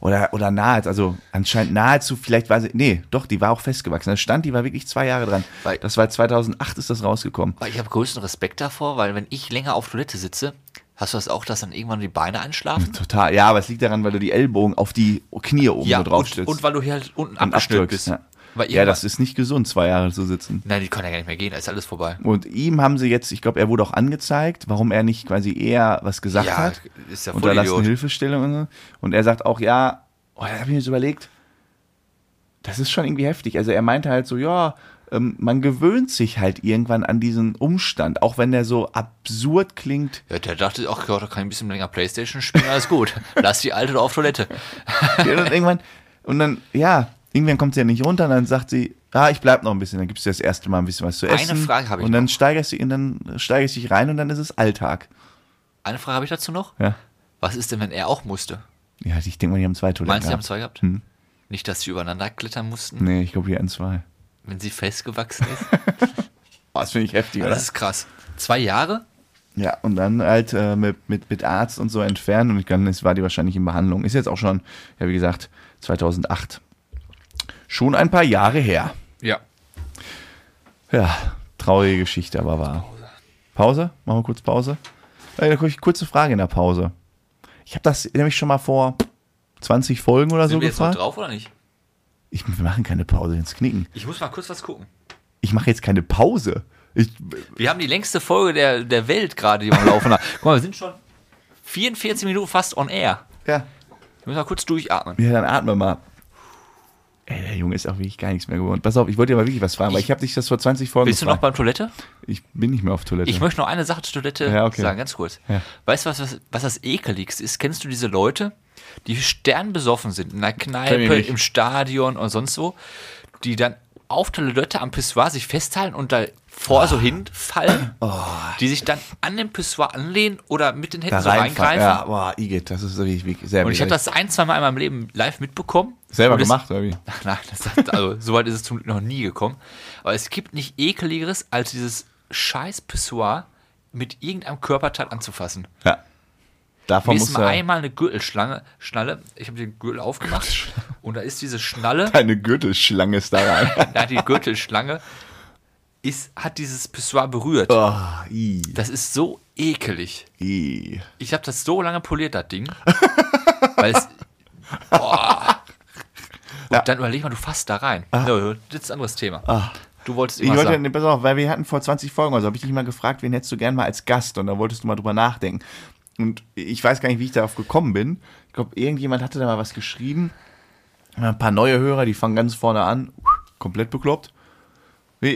Oder, oder nahezu, also anscheinend nahezu, vielleicht war sie, nee, doch, die war auch festgewachsen. Da stand, die war wirklich zwei Jahre dran. Weil- Das war 2008 ist das rausgekommen. Aber ich habe größten Respekt davor, weil wenn ich länger auf Toilette sitze, hast du das auch, dass dann irgendwann die Beine einschlafen? Total, ja, aber es liegt daran, weil du die Ellbogen auf die Knie oben so drauf und, stützt. und weil du hier halt unten und abgestürzt abdrückst, bist. Ja. Weil ja, das ist nicht gesund, zwei Jahre zu sitzen. Nein, die können ja gar nicht mehr gehen, da ist alles vorbei. Und ihm haben sie jetzt, ich glaube, er wurde auch angezeigt, warum er nicht quasi eher was gesagt Ja, hat. ist ja voll Unterlassene Idiot. Hilfestellung. und so. Und er sagt auch, ja, oh, da habe ich mir so überlegt, das ist schon irgendwie heftig. Also er meinte halt so, ja, ähm, man gewöhnt sich halt irgendwann an diesen Umstand, auch wenn der so absurd klingt. Ja, der dachte, ach ja, da kann ich ein bisschen länger Playstation spielen, alles gut. Lass die Alte doch auf Toilette. Ja, und irgendwann, und dann, ja, irgendwann kommt sie ja nicht runter und dann sagt sie, ah, ich bleib noch ein bisschen, dann gibst du das erste Mal ein bisschen was zu Eine essen. Frage habe ich Und dann steigerst du, und dann steigerst du dich rein und dann ist es Alltag. Eine Frage habe ich dazu noch. Ja. Was ist denn, wenn er auch musste? Ja, ich denke mal, die haben zwei Toiletten. Meinst du, die haben gehabt. zwei gehabt? Nicht, dass sie übereinander klettern mussten, Nee, ich glaube, die hatten zwei. wenn sie festgewachsen ist? Oh, das finde ich heftig, Ja, oder? das ist krass. Zwei Jahre? Ja, und dann halt äh, mit, mit, mit Arzt und so entfernen und dann ist, war die wahrscheinlich in Behandlung. Ist jetzt auch schon, ja, wie gesagt, 2008. Schon ein paar Jahre her. Ja. Ja, traurige Geschichte, aber wahr. Pause? Machen wir kurz Pause? Äh, da guck ich- kurze Frage in der Pause. Ich habe das nämlich schon mal vor 20 Folgen oder Sind so wir jetzt noch gefragt. drauf oder nicht? Ich, wir machen keine Pause ins Knicken. Ich muss mal kurz was gucken. Ich mache jetzt keine Pause. Ich, Wir haben die längste Folge der, der Welt gerade, die wir am Laufen haben. Guck mal, wir sind schon 44 Minuten fast on air. äh, ja. Wir müssen mal kurz durchatmen. ja, dann atme mal. Ey, der Junge ist auch wirklich gar nichts mehr geworden. Pass auf, ich wollte dir mal wirklich was fragen, weil ich habe dich das vor 20 Folgen Bist du noch gefragt. beim Toilette? Ich bin nicht mehr auf Toilette. Ich möchte noch eine Sache zur Toilette Ja, okay. sagen, ganz kurz. Ja. Weißt du, was, was, was das Ekeligste ist? Kennst du diese Leute, die sternbesoffen sind, in der Kenn ich Kneipe, nicht. im Stadion und sonst wo, die dann auf der Toilette am Pissoir sich festhalten und da vor Ah. so hinfallen, die sich dann an den Pissoir anlehnen oder mit den Händen da so reingreifen. reingreifen. Ja, boah, Igitt, das ist wirklich wirklich sehr Und ich habe widerlich. das ein, zwei Mal in meinem Leben live mitbekommen. selber Und es- gemacht, oder wie? Ach nein, das hat, also so weit ist es zum Glück noch nie gekommen. Aber es gibt nicht ekeligeres, als dieses scheiß Pissoir mit irgendeinem Körperteil anzufassen. Ja. Davon Mir ist muss mal er einmal eine Gürtelschlange, Schnalle, ich habe den Gürtel aufgemacht und da ist diese Schnalle, eine Gürtelschlange ist da rein. da hat die Gürtelschlange, ist, hat dieses Pissoir berührt. oh, i, Das ist so ekelig. i. Ich habe das so lange poliert, das Ding. weil es. Boah. Und dann überleg mal, du fasst da rein. No, das ist ein anderes Thema. Du wolltest Ah. Ich immer wollte, sagen. nee, pass auf, weil wir hatten vor 20 Folgen, also habe ich dich mal gefragt, wen hättest du gern mal als Gast und da wolltest du mal drüber nachdenken. Und ich weiß gar nicht, wie ich darauf gekommen bin. Ich glaube, irgendjemand hatte da mal was geschrieben. Ein paar neue Hörer, die fangen ganz vorne an, komplett bekloppt. Wie-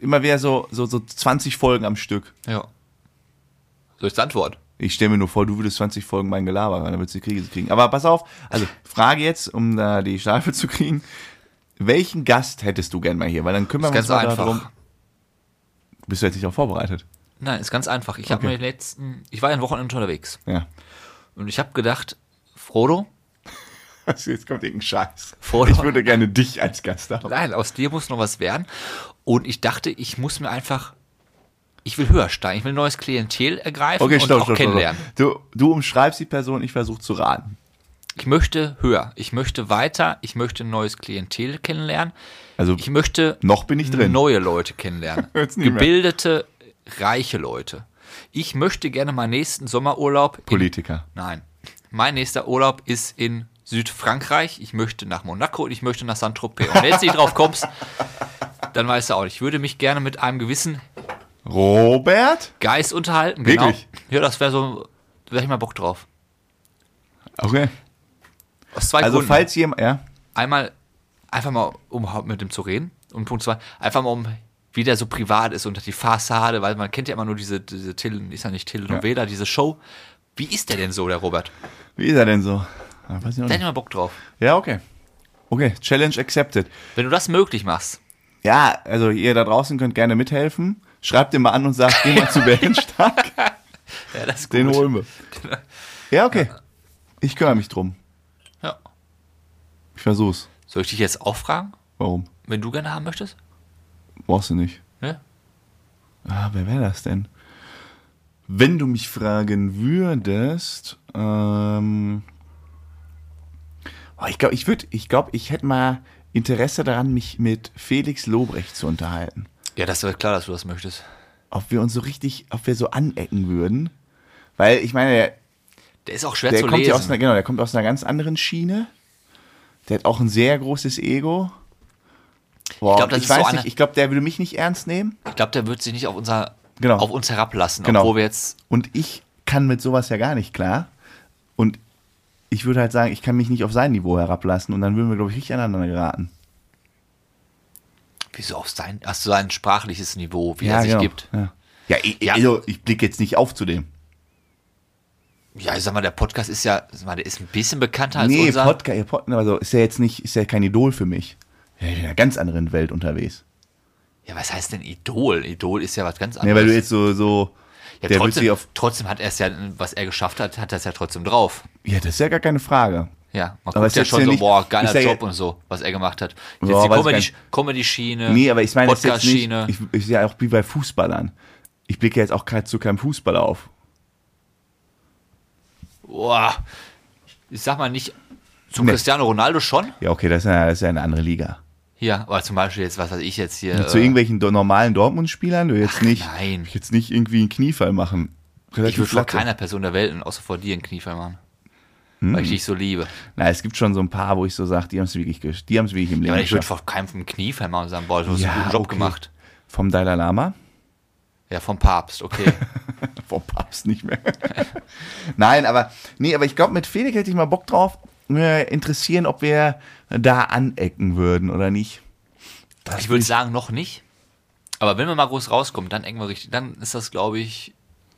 Immer wieder so, so, so 20 Folgen am Stück. Ja. Soll ich die Antwort? Ich stelle mir nur vor, du würdest 20 Folgen mein Gelaber hören, dann würdest du die Krise kriegen. Aber pass auf, also Frage jetzt, um da die Schleife zu kriegen. Welchen Gast hättest du gern mal hier? Weil dann kümmern wir uns Ist mal ganz einfach. darum. Bist du jetzt nicht auch vorbereitet? Nein, ist ganz einfach. Ich hab Okay. habe mir letzten. Ich war ja ein Wochenende unterwegs. Ja. Und ich habe gedacht, Frodo, Also jetzt kommt irgendein Scheiß. Vorder- Ich würde gerne dich als Gast haben. nein, aus dir muss noch was werden. Und ich dachte, ich muss mir einfach. Ich will höher steigen. Ich will neues Klientel ergreifen Okay, und stopp, auch stopp, stopp. kennenlernen. stopp. Du, du umschreibst die Person, ich versuche zu raten. Ich möchte höher. Ich möchte weiter. Ich möchte ein neues Klientel kennenlernen. Also Ich möchte noch bin ich drin. neue Leute kennenlernen. Jetzt nicht mehr. Gebildete, reiche Leute. Ich möchte gerne meinen nächsten Sommerurlaub. In, Politiker. nein. Mein nächster Urlaub ist in Südfrankreich. Ich möchte nach Monaco und ich möchte nach Saint-Tropez. Und wenn du jetzt nicht drauf kommst, dann weißt du auch, ich würde mich gerne mit einem gewissen Robert? Geist unterhalten. Genau. Wirklich? Ja, das wäre so, da wäre ich mal Bock drauf. Okay. Aus zwei Also Gründen. falls jemand, ja, einmal einfach mal um überhaupt mit dem zu reden und Punkt zwei einfach mal um wie der so privat ist unter die Fassade, weil man kennt ja immer nur diese diese Tele, ist ja nicht Telenovela, diese Show. Wie ist der denn so, der Robert? wie ist er denn so? Ah, Weiß ich noch Da hätte nicht. ich mal Bock drauf. Ja, okay. Okay, Challenge accepted. Wenn du das möglich machst, Ja, also ihr da draußen könnt gerne mithelfen. Schreibt ihn mal an und sagt, geh mal zu Bärenstark, ja, das ist gut. den holen wir. Ja, okay. Ich kümmere mich drum. Ja. Ich versuch's. Soll ich dich jetzt auch fragen, Warum? wenn du gerne haben möchtest? Brauchst du nicht. Ne? Ah, wer wäre das denn? Wenn du mich fragen würdest, ähm, oh, ich glaube, ich würde, ich glaube, ich hätte mal Interesse daran, mich mit Felix Lobrecht zu unterhalten. Ja, das ist klar, dass du das möchtest. Ob wir uns so richtig, ob wir so anecken würden, weil ich meine, der, Der ist auch schwer der zu kommt lesen. ja aus einer, genau, der kommt aus einer ganz anderen Schiene. Der hat auch ein sehr großes Ego. Boah, ich glaub, das ich ist so weiß eine- nicht, ich glaube, der würde mich nicht ernst nehmen. ich glaube, der wird sich nicht auf unser Genau. auf uns herablassen, Genau. obwohl wir jetzt Und ich kann mit sowas ja gar nicht klar. Und ich würde halt sagen, ich kann mich nicht auf sein Niveau herablassen und dann würden wir, glaube ich, richtig aneinander geraten. wieso auf sein hast du sein sprachliches Niveau, wie er sich genau. gibt. Ja, ja, ich, Ja. Also, ich blicke jetzt nicht auf zu dem. Ja, ich sag mal, der Podcast ist ja, sag mal, der ist ein bisschen bekannter als nee, Also unser. Podcast, Pod, also ist ja jetzt nicht, ist ja kein Idol für mich. Ja, ich bin in einer ganz anderen Welt unterwegs. ja, was heißt denn Idol? Idol ist ja was ganz Nee, anderes. weil du jetzt so, so ja, der wird trotzdem, sich auf. trotzdem hat er es ja, was er geschafft hat, hat er es ja trotzdem drauf. Ja, das ist ja gar keine Frage. Ja, Aber man guckt ist ja jetzt schon hier so, nicht- boah, ist geiler ja Job jetzt- und so, was er gemacht hat. Jetzt Boah, weiß ich die Comedy- gar nicht. Comedy-Schiene, Nee, aber ich meine, das ist jetzt nicht, Podcast-Schiene. ich, ich sehe ja auch wie bei Fußballern. Ich blicke jetzt auch gerade zu keinem Fußballer auf. Boah, ich sag mal nicht, zu Nee. Cristiano Ronaldo schon. Ja, okay, das ist ja, das ist ja eine andere Liga. Ja, aber zum Beispiel jetzt, was weiß ich jetzt hier. zu irgendwelchen do- normalen Dortmund-Spielern, du jetzt nicht, nein. ich jetzt nicht irgendwie einen Kniefall machen. äh, ich würde vor Relativ keiner Person der Welt, außer vor dir, einen Kniefall machen. weil Hm. ich dich so liebe. Na, es gibt schon so ein paar, wo ich so sage, die haben es wirklich, gesch- die haben es wirklich im Ja, Leben aber ich würde geschafft. vor keinem vom Knie fallen und sagen, boah, du hast einen guten Job okay. gemacht. Vom Dalai Lama? Ja, vom Papst, okay. Vom Papst nicht mehr. Nein, aber nee, aber ich glaube, mit Felix hätte ich mal Bock drauf. Mir interessieren, ob wir da anecken würden oder nicht. ich würde sagen, noch nicht. Aber wenn wir mal groß rauskommen, dann irgendwann richtig, dann ist das, glaube ich,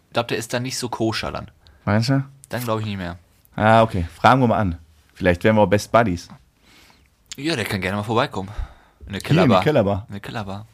ich glaube, der ist dann nicht so koscher dann. Meinst du? Dann glaube ich nicht mehr. Ah, okay. Fragen wir mal an. Vielleicht wären wir auch Best Buddies. Ja, der kann gerne mal vorbeikommen. In der Hier in Kellerbar. die Kellerbar. In der Kellerbar.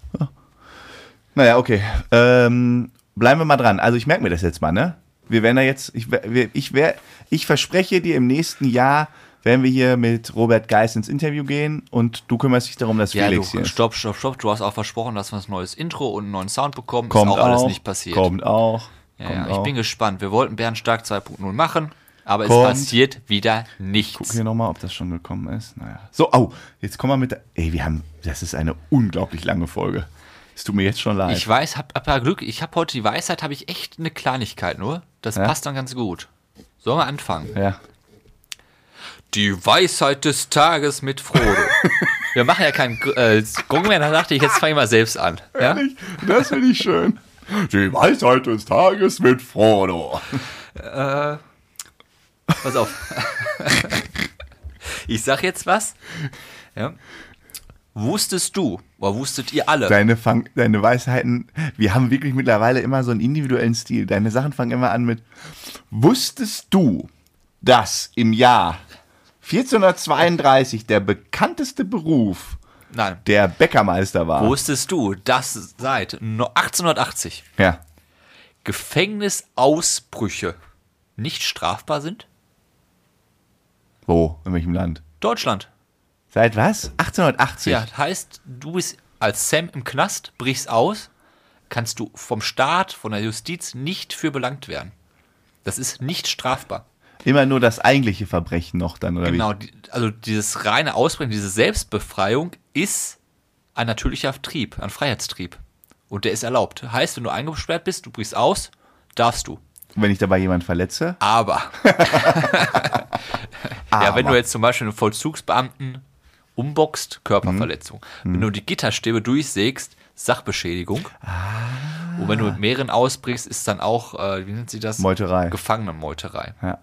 Naja, okay. Ähm, bleiben wir mal dran. Also ich merke mir das jetzt mal, ne? Wir werden da jetzt, ich, wer- wir- ich, wer- ich verspreche dir, im nächsten Jahr werden wir hier mit Robert Geis ins Interview gehen und du kümmerst dich darum, dass Ja, Felix du, hier ist. stopp, stopp, stopp. Du hast auch versprochen, dass wir ein neues Intro und einen neuen Sound bekommen. kommt ist auch, auch alles nicht passiert. Kommt auch. ja, kommt ja, ich auch. bin gespannt. Wir wollten Bärenstark 2.0 machen, aber Kommt. es passiert wieder nichts. Guck hier nochmal, ob das schon gekommen ist. Naja. So, au, jetzt kommen wir mit der, ey, wir haben, das ist eine unglaublich lange Folge. Es tut mir jetzt schon leid. Ich weiß, hab, hab ja Glück. Ich habe heute die Weisheit, habe ich echt eine Kleinigkeit nur. Das Ja? passt dann ganz gut. Sollen wir anfangen? ja. Die Weisheit des Tages mit Frodo. wir machen ja keinen Gr- äh, Gong mehr, da dachte ich, jetzt fange ich mal selbst an. Ja? Das finde ich schön. Die Weisheit des Tages mit Frodo. Pass auf. ich sag jetzt was. Ja. Wusstest du, oder wusstet ihr alle, Deine, fang, deine Weisheiten, wir haben wirklich mittlerweile immer so einen individuellen Stil. Deine Sachen fangen immer an mit, wusstest du, dass im Jahr 1432 der bekannteste Beruf nein, der Bäckermeister war? wusstest du, dass seit no- 1880 Ja. Gefängnisausbrüche nicht strafbar sind? Wo? In welchem Land? Deutschland. Seit was? 1880? Ja, das heißt, du bist als Sam im Knast, brichst aus, kannst du vom Staat, von der Justiz nicht für belangt werden. Das ist nicht strafbar. Immer nur das eigentliche Verbrechen noch dann, oder Genau, die, also dieses reine Ausbrechen, diese Selbstbefreiung ist ein natürlicher Trieb, ein Freiheitstrieb. Und der ist erlaubt. Heißt, wenn du eingesperrt bist, du brichst aus, darfst du. wie? Wenn ich dabei jemanden verletze? Aber. Ja, wenn Aber. du jetzt zum Beispiel einen Vollzugsbeamten umboxt, Körperverletzung. Mhm. Wenn du die Gitterstäbe durchsägst, Sachbeschädigung. Ah. Und wenn du mit mehreren ausbrichst, ist dann auch, äh, wie nennt sie das? Meuterei. Gefangenenmeuterei. Ja.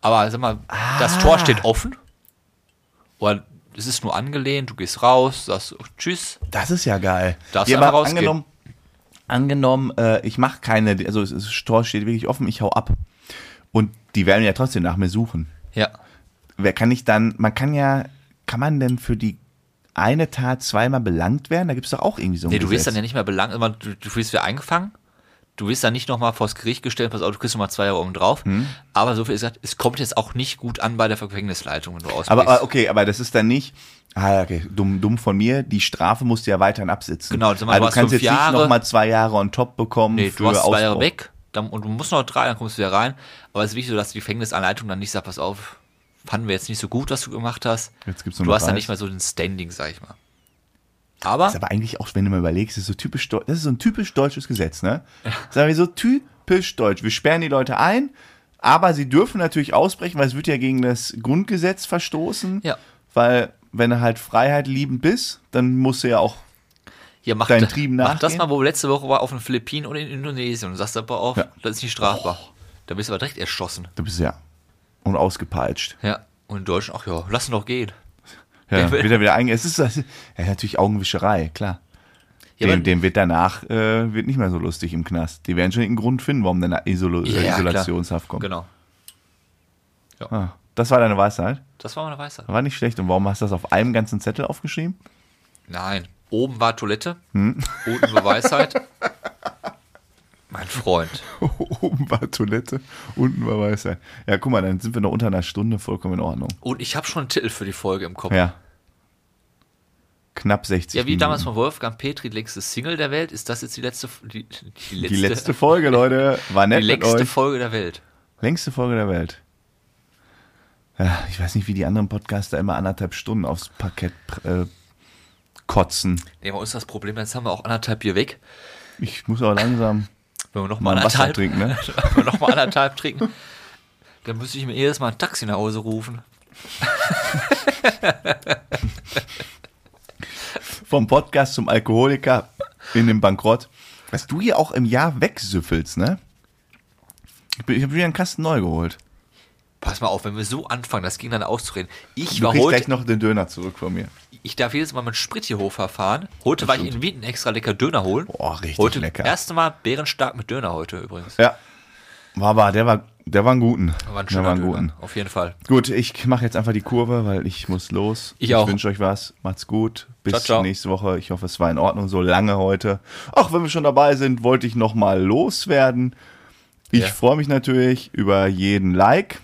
Aber sag mal, das Ah. Tor steht offen. Oder es ist nur angelehnt, du gehst raus, sagst oh, Tschüss. Das ist ja geil. Darfst ja, einfach aber rausgehen. angenommen, angenommen äh, ich mache keine, also das Tor steht wirklich offen, ich hau ab. Und die werden ja trotzdem nach mir suchen. Ja. Wer kann ich dann, man kann ja, kann man denn für die eine Tat zweimal belangt werden? Da gibt es doch auch irgendwie so ein Nee, du wirst dann Gesetz. ja nicht mehr belangt, immer- du, du wirst wieder eingefangen. Du wirst dann nicht nochmal vors Gericht gestellt, pass auf, du kriegst nochmal zwei Jahre oben drauf. Hm. Aber so viel ist gesagt, es kommt jetzt auch nicht gut an bei der Gefängnisleitung, wenn du ausbrichst. aber aber okay, aber das ist dann nicht, ah, okay, dumm, dumm von mir, die Strafe musst du ja weiterhin absitzen. Genau, sag mal, du also du hast kannst fünf jetzt nicht Jahre. nochmal zwei Jahre on top bekommen nee, für du hast zwei Jahre Ausbau. weg dann, und du musst noch drei, dann kommst du wieder rein. Aber es ist wichtig, so, dass die Gefängnisanleitung dann nicht sagt, pass auf, fanden wir jetzt nicht so gut, was du gemacht hast. Jetzt gibt's nur du noch hast dann Reis. nicht mehr so den Standing, sag ich mal. Aber, Ist aber eigentlich auch, wenn du mal überlegst, ist so typisch, deu- das ist so ein typisch deutsches Gesetz, ne? Sagen wir so typisch deutsch. Wir sperren die Leute ein, aber sie dürfen natürlich ausbrechen, weil es wird ja gegen das Grundgesetz verstoßen. Ja. Weil, wenn du halt Freiheit liebend bist, dann musst du ja auch. hier mach, deinen da- Trieben mach das nachgehen? mal, wo wir letzte Woche war, auf den Philippinen und in Indonesien und sagst aber auf, Ja. Oh. das ist nicht strafbar. Da bist du aber direkt erschossen. Du bist ja. Und ausgepeitscht. Ja, und in Deutschland, ach ja, lass ihn doch gehen. Ja, Wer will- wird er wieder einge. Es ist, das, ja, natürlich Augenwischerei, klar. Ja, dem, aber- dem wird danach äh, wird nicht mehr so lustig im Knast. Die werden schon einen Grund finden, warum dann Isolo Ja, ja, klar. Isolationshaft kommt. Genau. Ah, das war deine Weisheit. Das war meine Weisheit. War nicht schlecht. Und warum hast du das auf einem ganzen Zettel aufgeschrieben? Nein. Oben war Toilette, unten war Weisheit. mein Freund. Oben war Toilette, unten war Weißwein. Ja, guck mal, dann sind wir noch unter einer Stunde vollkommen in Ordnung. Und ich habe schon einen Titel für die Folge im Kopf. Ja, Mhm. Ja. Knapp 60 wie Minuten. damals von Wolfgang Petri, die längste Single der Welt. Ist das jetzt die letzte, die, die letzte, Die letzte Folge, Leute, war die nett mit längste euch. Folge der Welt? Längste Folge der Welt. Ja, ich weiß nicht, wie die anderen Podcaster immer anderthalb Stunden aufs Parkett äh, kotzen. Nehmen wir uns das Problem, jetzt haben wir auch anderthalb Bier weg. Ich muss aber langsam Wenn wir nochmal mal Wasser anderthalb, trinken, ne? wenn wir noch mal anderthalb trinken. Dann müsste ich mir jedes Mal ein Taxi nach Hause rufen. Vom Podcast zum Alkoholiker in den Bankrott. Was du hier auch im Jahr wegsüffelst, ne? Ich, bin- ich habe wieder einen Kasten neu geholt. Pass mal auf, wenn wir so anfangen, das gegeneinander auszureden. Ich Du war kriegst heute, gleich noch den Döner zurück von mir. ich darf jedes Mal mit Sprit hier hochfahren. Heute war ich in Wien extra lecker Döner holen. Boah, richtig heute lecker. Das erste Mal bärenstark mit Döner heute übrigens. Ja. War aber, der war, der war einen guten. Aber ein der schöner war einen Döner, guten. auf jeden Fall. Gut, ich mache jetzt einfach die Kurve, weil ich muss los. Ich auch. Ich wünsche euch was. Macht's gut. Bis Ciao, ciao. nächste Woche. Ich hoffe, es war in Ordnung so lange heute. Auch wenn wir schon dabei sind, wollte ich nochmal loswerden. Ich Ja. freue mich natürlich über jeden Like.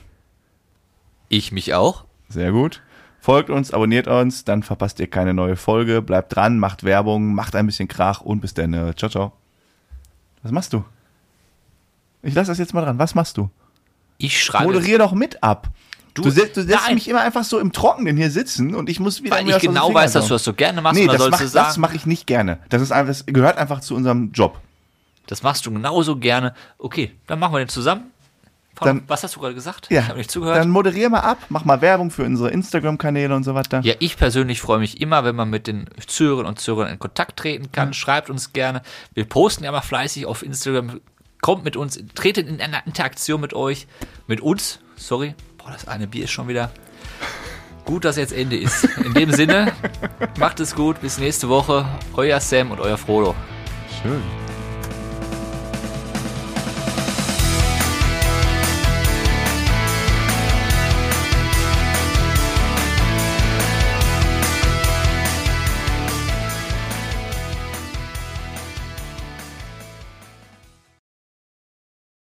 Ich mich auch. Sehr gut. Folgt uns, abonniert uns, dann verpasst ihr keine neue Folge. Bleibt dran, macht Werbung, macht ein bisschen Krach und bis dann. äh, Ciao, ciao. Was machst du? Ich lasse das jetzt mal dran. Was machst du? Ich schreibe jetzt, Moderier doch mit ab. Du, Du- setzt, du setzt Nein. mich immer einfach so im Trockenen hier sitzen und ich muss wieder. weil mir ich was aus den genau Fingern weiß, dass hauen. du das so gerne machst. also. Nee, das und dann sollst mache du sagen, das mache ich nicht gerne. Das, ist einfach, das gehört einfach zu unserem Job. Das machst du genauso gerne. Okay, dann machen wir den zusammen. Paul, Dann- was hast du gerade gesagt? Ja. Ich habe nicht zugehört. Dann moderier mal ab, mach mal Werbung für unsere Instagram-Kanäle und so weiter. ja, ich persönlich freue mich immer, wenn man mit den Zürern und Zürern in Kontakt treten kann. Schreibt uns gerne. Wir posten ja mal fleißig auf Instagram. Kommt mit uns, tretet in eine Interaktion mit euch, mit uns. Sorry, boah, das eine Bier ist schon wieder. Gut, dass jetzt Ende ist. In dem Sinne, macht es gut, bis nächste Woche. Euer Sam und euer Frodo. Schön.